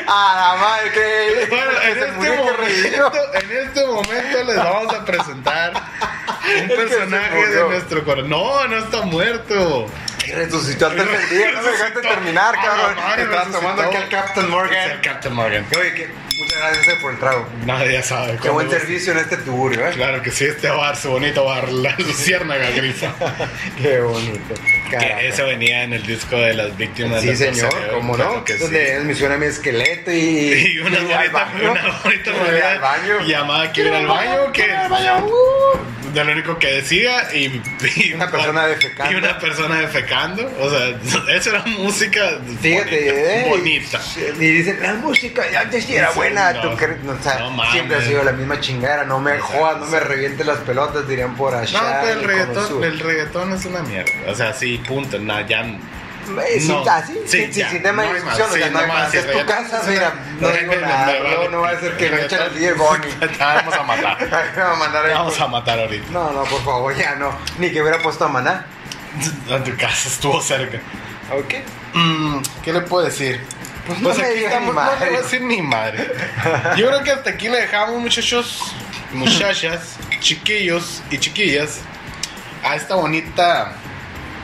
[SPEAKER 5] a la madre que.
[SPEAKER 4] Bueno,
[SPEAKER 5] que
[SPEAKER 4] en
[SPEAKER 5] se
[SPEAKER 4] este,
[SPEAKER 5] murió, qué
[SPEAKER 4] momento,
[SPEAKER 5] ridículo.
[SPEAKER 4] en este momento les vamos a presentar un
[SPEAKER 5] que se
[SPEAKER 4] personaje de
[SPEAKER 5] murió.
[SPEAKER 4] nuestro corazón. No, no está muerto.
[SPEAKER 5] Y resucitó al tercer día. No me dejaste
[SPEAKER 4] Resucitó.
[SPEAKER 5] terminar,
[SPEAKER 4] A la
[SPEAKER 5] cabrón.
[SPEAKER 4] madre,
[SPEAKER 5] Estaba tomando aquí
[SPEAKER 4] resucitó.
[SPEAKER 5] al
[SPEAKER 4] Es
[SPEAKER 5] Captain
[SPEAKER 4] el
[SPEAKER 5] Morgan.
[SPEAKER 4] Captain Morgan.
[SPEAKER 5] Oye, que muchas gracias eh, por el trago.
[SPEAKER 4] Nadie sabe.
[SPEAKER 5] Qué
[SPEAKER 4] cuándo
[SPEAKER 5] buen
[SPEAKER 4] va-
[SPEAKER 5] servicio en este tuburio, ¿eh?
[SPEAKER 4] Claro que sí, este bar, su bonito bar, la luciérnaga grisa.
[SPEAKER 5] Qué bonito. Carajo.
[SPEAKER 4] Que eso venía en el disco de las víctimas
[SPEAKER 5] Sí,
[SPEAKER 4] del
[SPEAKER 5] señor,
[SPEAKER 4] torcedero,
[SPEAKER 5] cómo no.
[SPEAKER 4] claro que sí.
[SPEAKER 5] Donde me suena mi esqueleto y.
[SPEAKER 4] Y una
[SPEAKER 5] al
[SPEAKER 4] bonita,
[SPEAKER 5] baño.
[SPEAKER 4] una bonita
[SPEAKER 5] Y al
[SPEAKER 4] mujer
[SPEAKER 5] baño.
[SPEAKER 4] llamada Quiero ir al baño, que de lo único que decía y, y-
[SPEAKER 5] Una persona defecando.
[SPEAKER 4] Y una persona defecando. O sea, eso era música
[SPEAKER 5] Fíjate, eh,
[SPEAKER 4] bonita. bonita.
[SPEAKER 5] Y, y dicen, la música ya antes sí era
[SPEAKER 4] Sí,
[SPEAKER 5] buena.
[SPEAKER 4] no,
[SPEAKER 5] tú cre- no, o sea,
[SPEAKER 4] no mames.
[SPEAKER 5] siempre ha sido la misma chingada. No me jodas, no me revientes las pelotas, dirían por allá.
[SPEAKER 4] No, pero el
[SPEAKER 5] en el Cono
[SPEAKER 4] reggaetón,
[SPEAKER 5] Sur.
[SPEAKER 4] el reggaetón es una mierda. O sea, sí, punto. No, ya.
[SPEAKER 5] Eh, sí,
[SPEAKER 4] no.
[SPEAKER 5] así,
[SPEAKER 4] Sí,
[SPEAKER 5] sí, sí,
[SPEAKER 4] ya,
[SPEAKER 5] sin tema de
[SPEAKER 4] no hay más,
[SPEAKER 5] discusión. o
[SPEAKER 4] sí,
[SPEAKER 5] sea, no hay
[SPEAKER 4] no
[SPEAKER 5] más.
[SPEAKER 4] más, sí,
[SPEAKER 5] Es tu
[SPEAKER 4] reggaetón.
[SPEAKER 5] casa, mira, no digo
[SPEAKER 4] Me
[SPEAKER 5] nada.
[SPEAKER 4] vale
[SPEAKER 5] luego no va a ser que me echen al DJ Bonnie.
[SPEAKER 4] Te vamos a matar.
[SPEAKER 5] Me va a mandar
[SPEAKER 4] Te
[SPEAKER 5] ahí.
[SPEAKER 4] vamos a matar ahorita.
[SPEAKER 5] No, no, por favor, ya no. Ni que hubiera puesto a Maná.
[SPEAKER 4] En tu casa estuvo cerca.
[SPEAKER 5] Ok.
[SPEAKER 4] Mm, ¿Qué le puedo decir?
[SPEAKER 5] Pues no me diga ni
[SPEAKER 4] no le
[SPEAKER 5] madre.
[SPEAKER 4] voy a decir ni madre. Yo creo que hasta aquí le dejamos, muchachos, muchachas, chiquillos y chiquillas, a esta bonita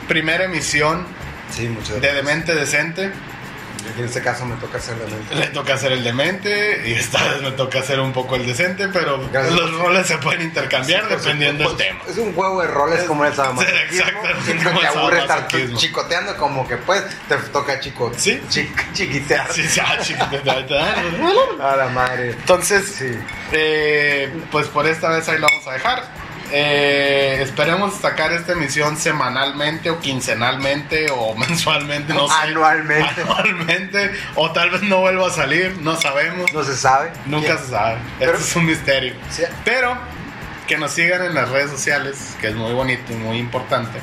[SPEAKER 4] primera emisión
[SPEAKER 5] Sí, muchas
[SPEAKER 4] de Demente Decente.
[SPEAKER 5] Aquí en este caso me toca hacer demente.
[SPEAKER 4] Le toca hacer el demente y esta vez me toca hacer un poco el decente, pero
[SPEAKER 5] Gracias.
[SPEAKER 4] los roles se pueden intercambiar dependiendo del tema.
[SPEAKER 5] Es un juego de roles como el
[SPEAKER 4] Sí,
[SPEAKER 5] sadomasoquismo.
[SPEAKER 4] exacto,
[SPEAKER 5] Siempre
[SPEAKER 4] como
[SPEAKER 5] te
[SPEAKER 4] el
[SPEAKER 5] aburre estar
[SPEAKER 4] sadomasoquismo.
[SPEAKER 5] chicoteando como que pues te toca chico,
[SPEAKER 4] Sí.
[SPEAKER 5] chi- chiquitear.
[SPEAKER 4] Sí, sí, ah, chiquito, ta, ta.
[SPEAKER 5] A la madre.
[SPEAKER 4] Entonces,
[SPEAKER 5] Sí.
[SPEAKER 4] Eh, pues por esta vez ahí la vamos a dejar. Eh, esperemos sacar esta emisión semanalmente o quincenalmente o mensualmente, no sé.
[SPEAKER 5] Anualmente.
[SPEAKER 4] Anualmente, o tal vez no vuelva a salir, no sabemos.
[SPEAKER 5] No se sabe.
[SPEAKER 4] Nunca
[SPEAKER 5] ¿Quién?
[SPEAKER 4] se sabe.
[SPEAKER 5] Pero-
[SPEAKER 4] Esto es un misterio.
[SPEAKER 5] Sí.
[SPEAKER 4] Pero que nos sigan en las redes sociales, que es muy bonito y muy importante.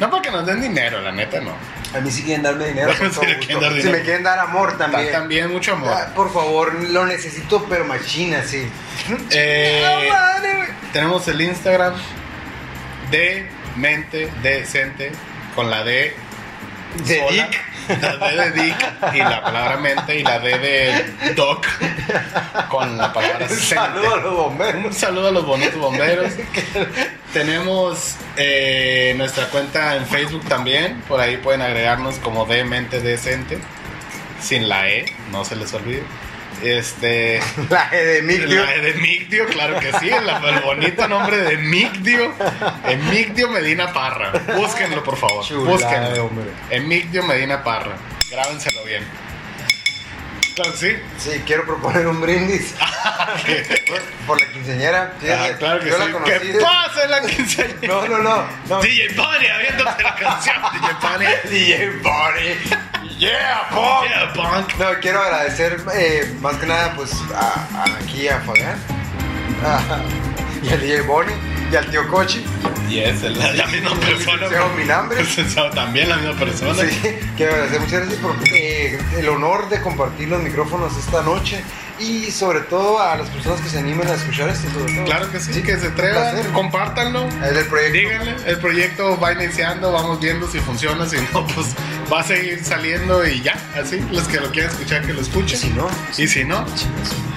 [SPEAKER 4] No para que nos den dinero, la neta no.
[SPEAKER 5] A mí sí quieren darme dinero. con
[SPEAKER 4] Si
[SPEAKER 5] todo
[SPEAKER 4] le
[SPEAKER 5] gusto.
[SPEAKER 4] quieren dar
[SPEAKER 5] Si
[SPEAKER 4] dinero.
[SPEAKER 5] me quieren dar amor
[SPEAKER 4] También,
[SPEAKER 5] también.
[SPEAKER 4] también mucho amor.
[SPEAKER 5] Ah, Por favor, lo necesito, pero machina, sí.
[SPEAKER 4] Eh,
[SPEAKER 5] No, madre, güey.
[SPEAKER 4] Tenemos el Instagram de mente decente con la D
[SPEAKER 5] De
[SPEAKER 4] sola,
[SPEAKER 5] Dick.
[SPEAKER 4] la D de Dick y la palabra mente y la D de Doc con la palabra
[SPEAKER 5] Saludos a
[SPEAKER 4] cente.
[SPEAKER 5] los bomberos.
[SPEAKER 4] Un saludo a los bonitos bomberos. Tenemos eh, nuestra cuenta en Facebook también. Por ahí pueden agregarnos como de mente decente. Sin la E, no se les olvide. Este.
[SPEAKER 5] La E de Mictio.
[SPEAKER 4] La de Migdio, claro que sí, la- el bonito nombre de Migdio, Emigdio Medina Parra. Búsquenlo, por favor.
[SPEAKER 5] Chulada,
[SPEAKER 4] Búsquenlo.
[SPEAKER 5] hombre.
[SPEAKER 4] Emigdio Medina Parra. Grábenselo bien. Claro, sí.
[SPEAKER 5] Sí, quiero proponer un brindis por la quinceñera.
[SPEAKER 4] Ah, claro que
[SPEAKER 5] yo
[SPEAKER 4] sí.
[SPEAKER 5] la conocí.
[SPEAKER 4] Que
[SPEAKER 5] de-
[SPEAKER 4] pase la quinceañera.
[SPEAKER 5] No, no, no. no.
[SPEAKER 4] DJ Bunny, abriéndote la canción. DJ Bunny.
[SPEAKER 5] DJ Bunny. Yeah, punk.
[SPEAKER 4] Yeah, punk.
[SPEAKER 5] No, quiero agradecer eh, más que nada pues a, a- aquí a Fabián a- y al DJ Bonnie y al tío Cochi.
[SPEAKER 4] Y es la, la misma persona.
[SPEAKER 5] Licenciado Minambres.
[SPEAKER 4] Licenciado, También la misma persona.
[SPEAKER 5] Sí, quiero agradecer muchas gracias por eh, el honor de compartir los micrófonos esta noche y sobre todo a las personas que se animen a escuchar esto. sobre todo.
[SPEAKER 4] Claro que sí, que se atrevan.
[SPEAKER 5] placer.
[SPEAKER 4] Compártanlo.
[SPEAKER 5] Es del proyecto.
[SPEAKER 4] Díganle, el proyecto va iniciando, vamos viendo si funciona, si no, pues va a seguir saliendo y ya, así, los que lo quieran escuchar, que lo escuchen.
[SPEAKER 5] Si no,
[SPEAKER 4] Y si no,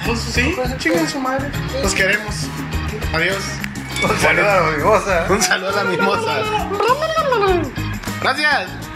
[SPEAKER 4] pues sí, chingan su madre. Los queremos. Adiós.
[SPEAKER 5] un saludo a la mimosa.
[SPEAKER 4] Un saludo a la mimosa. Gracias.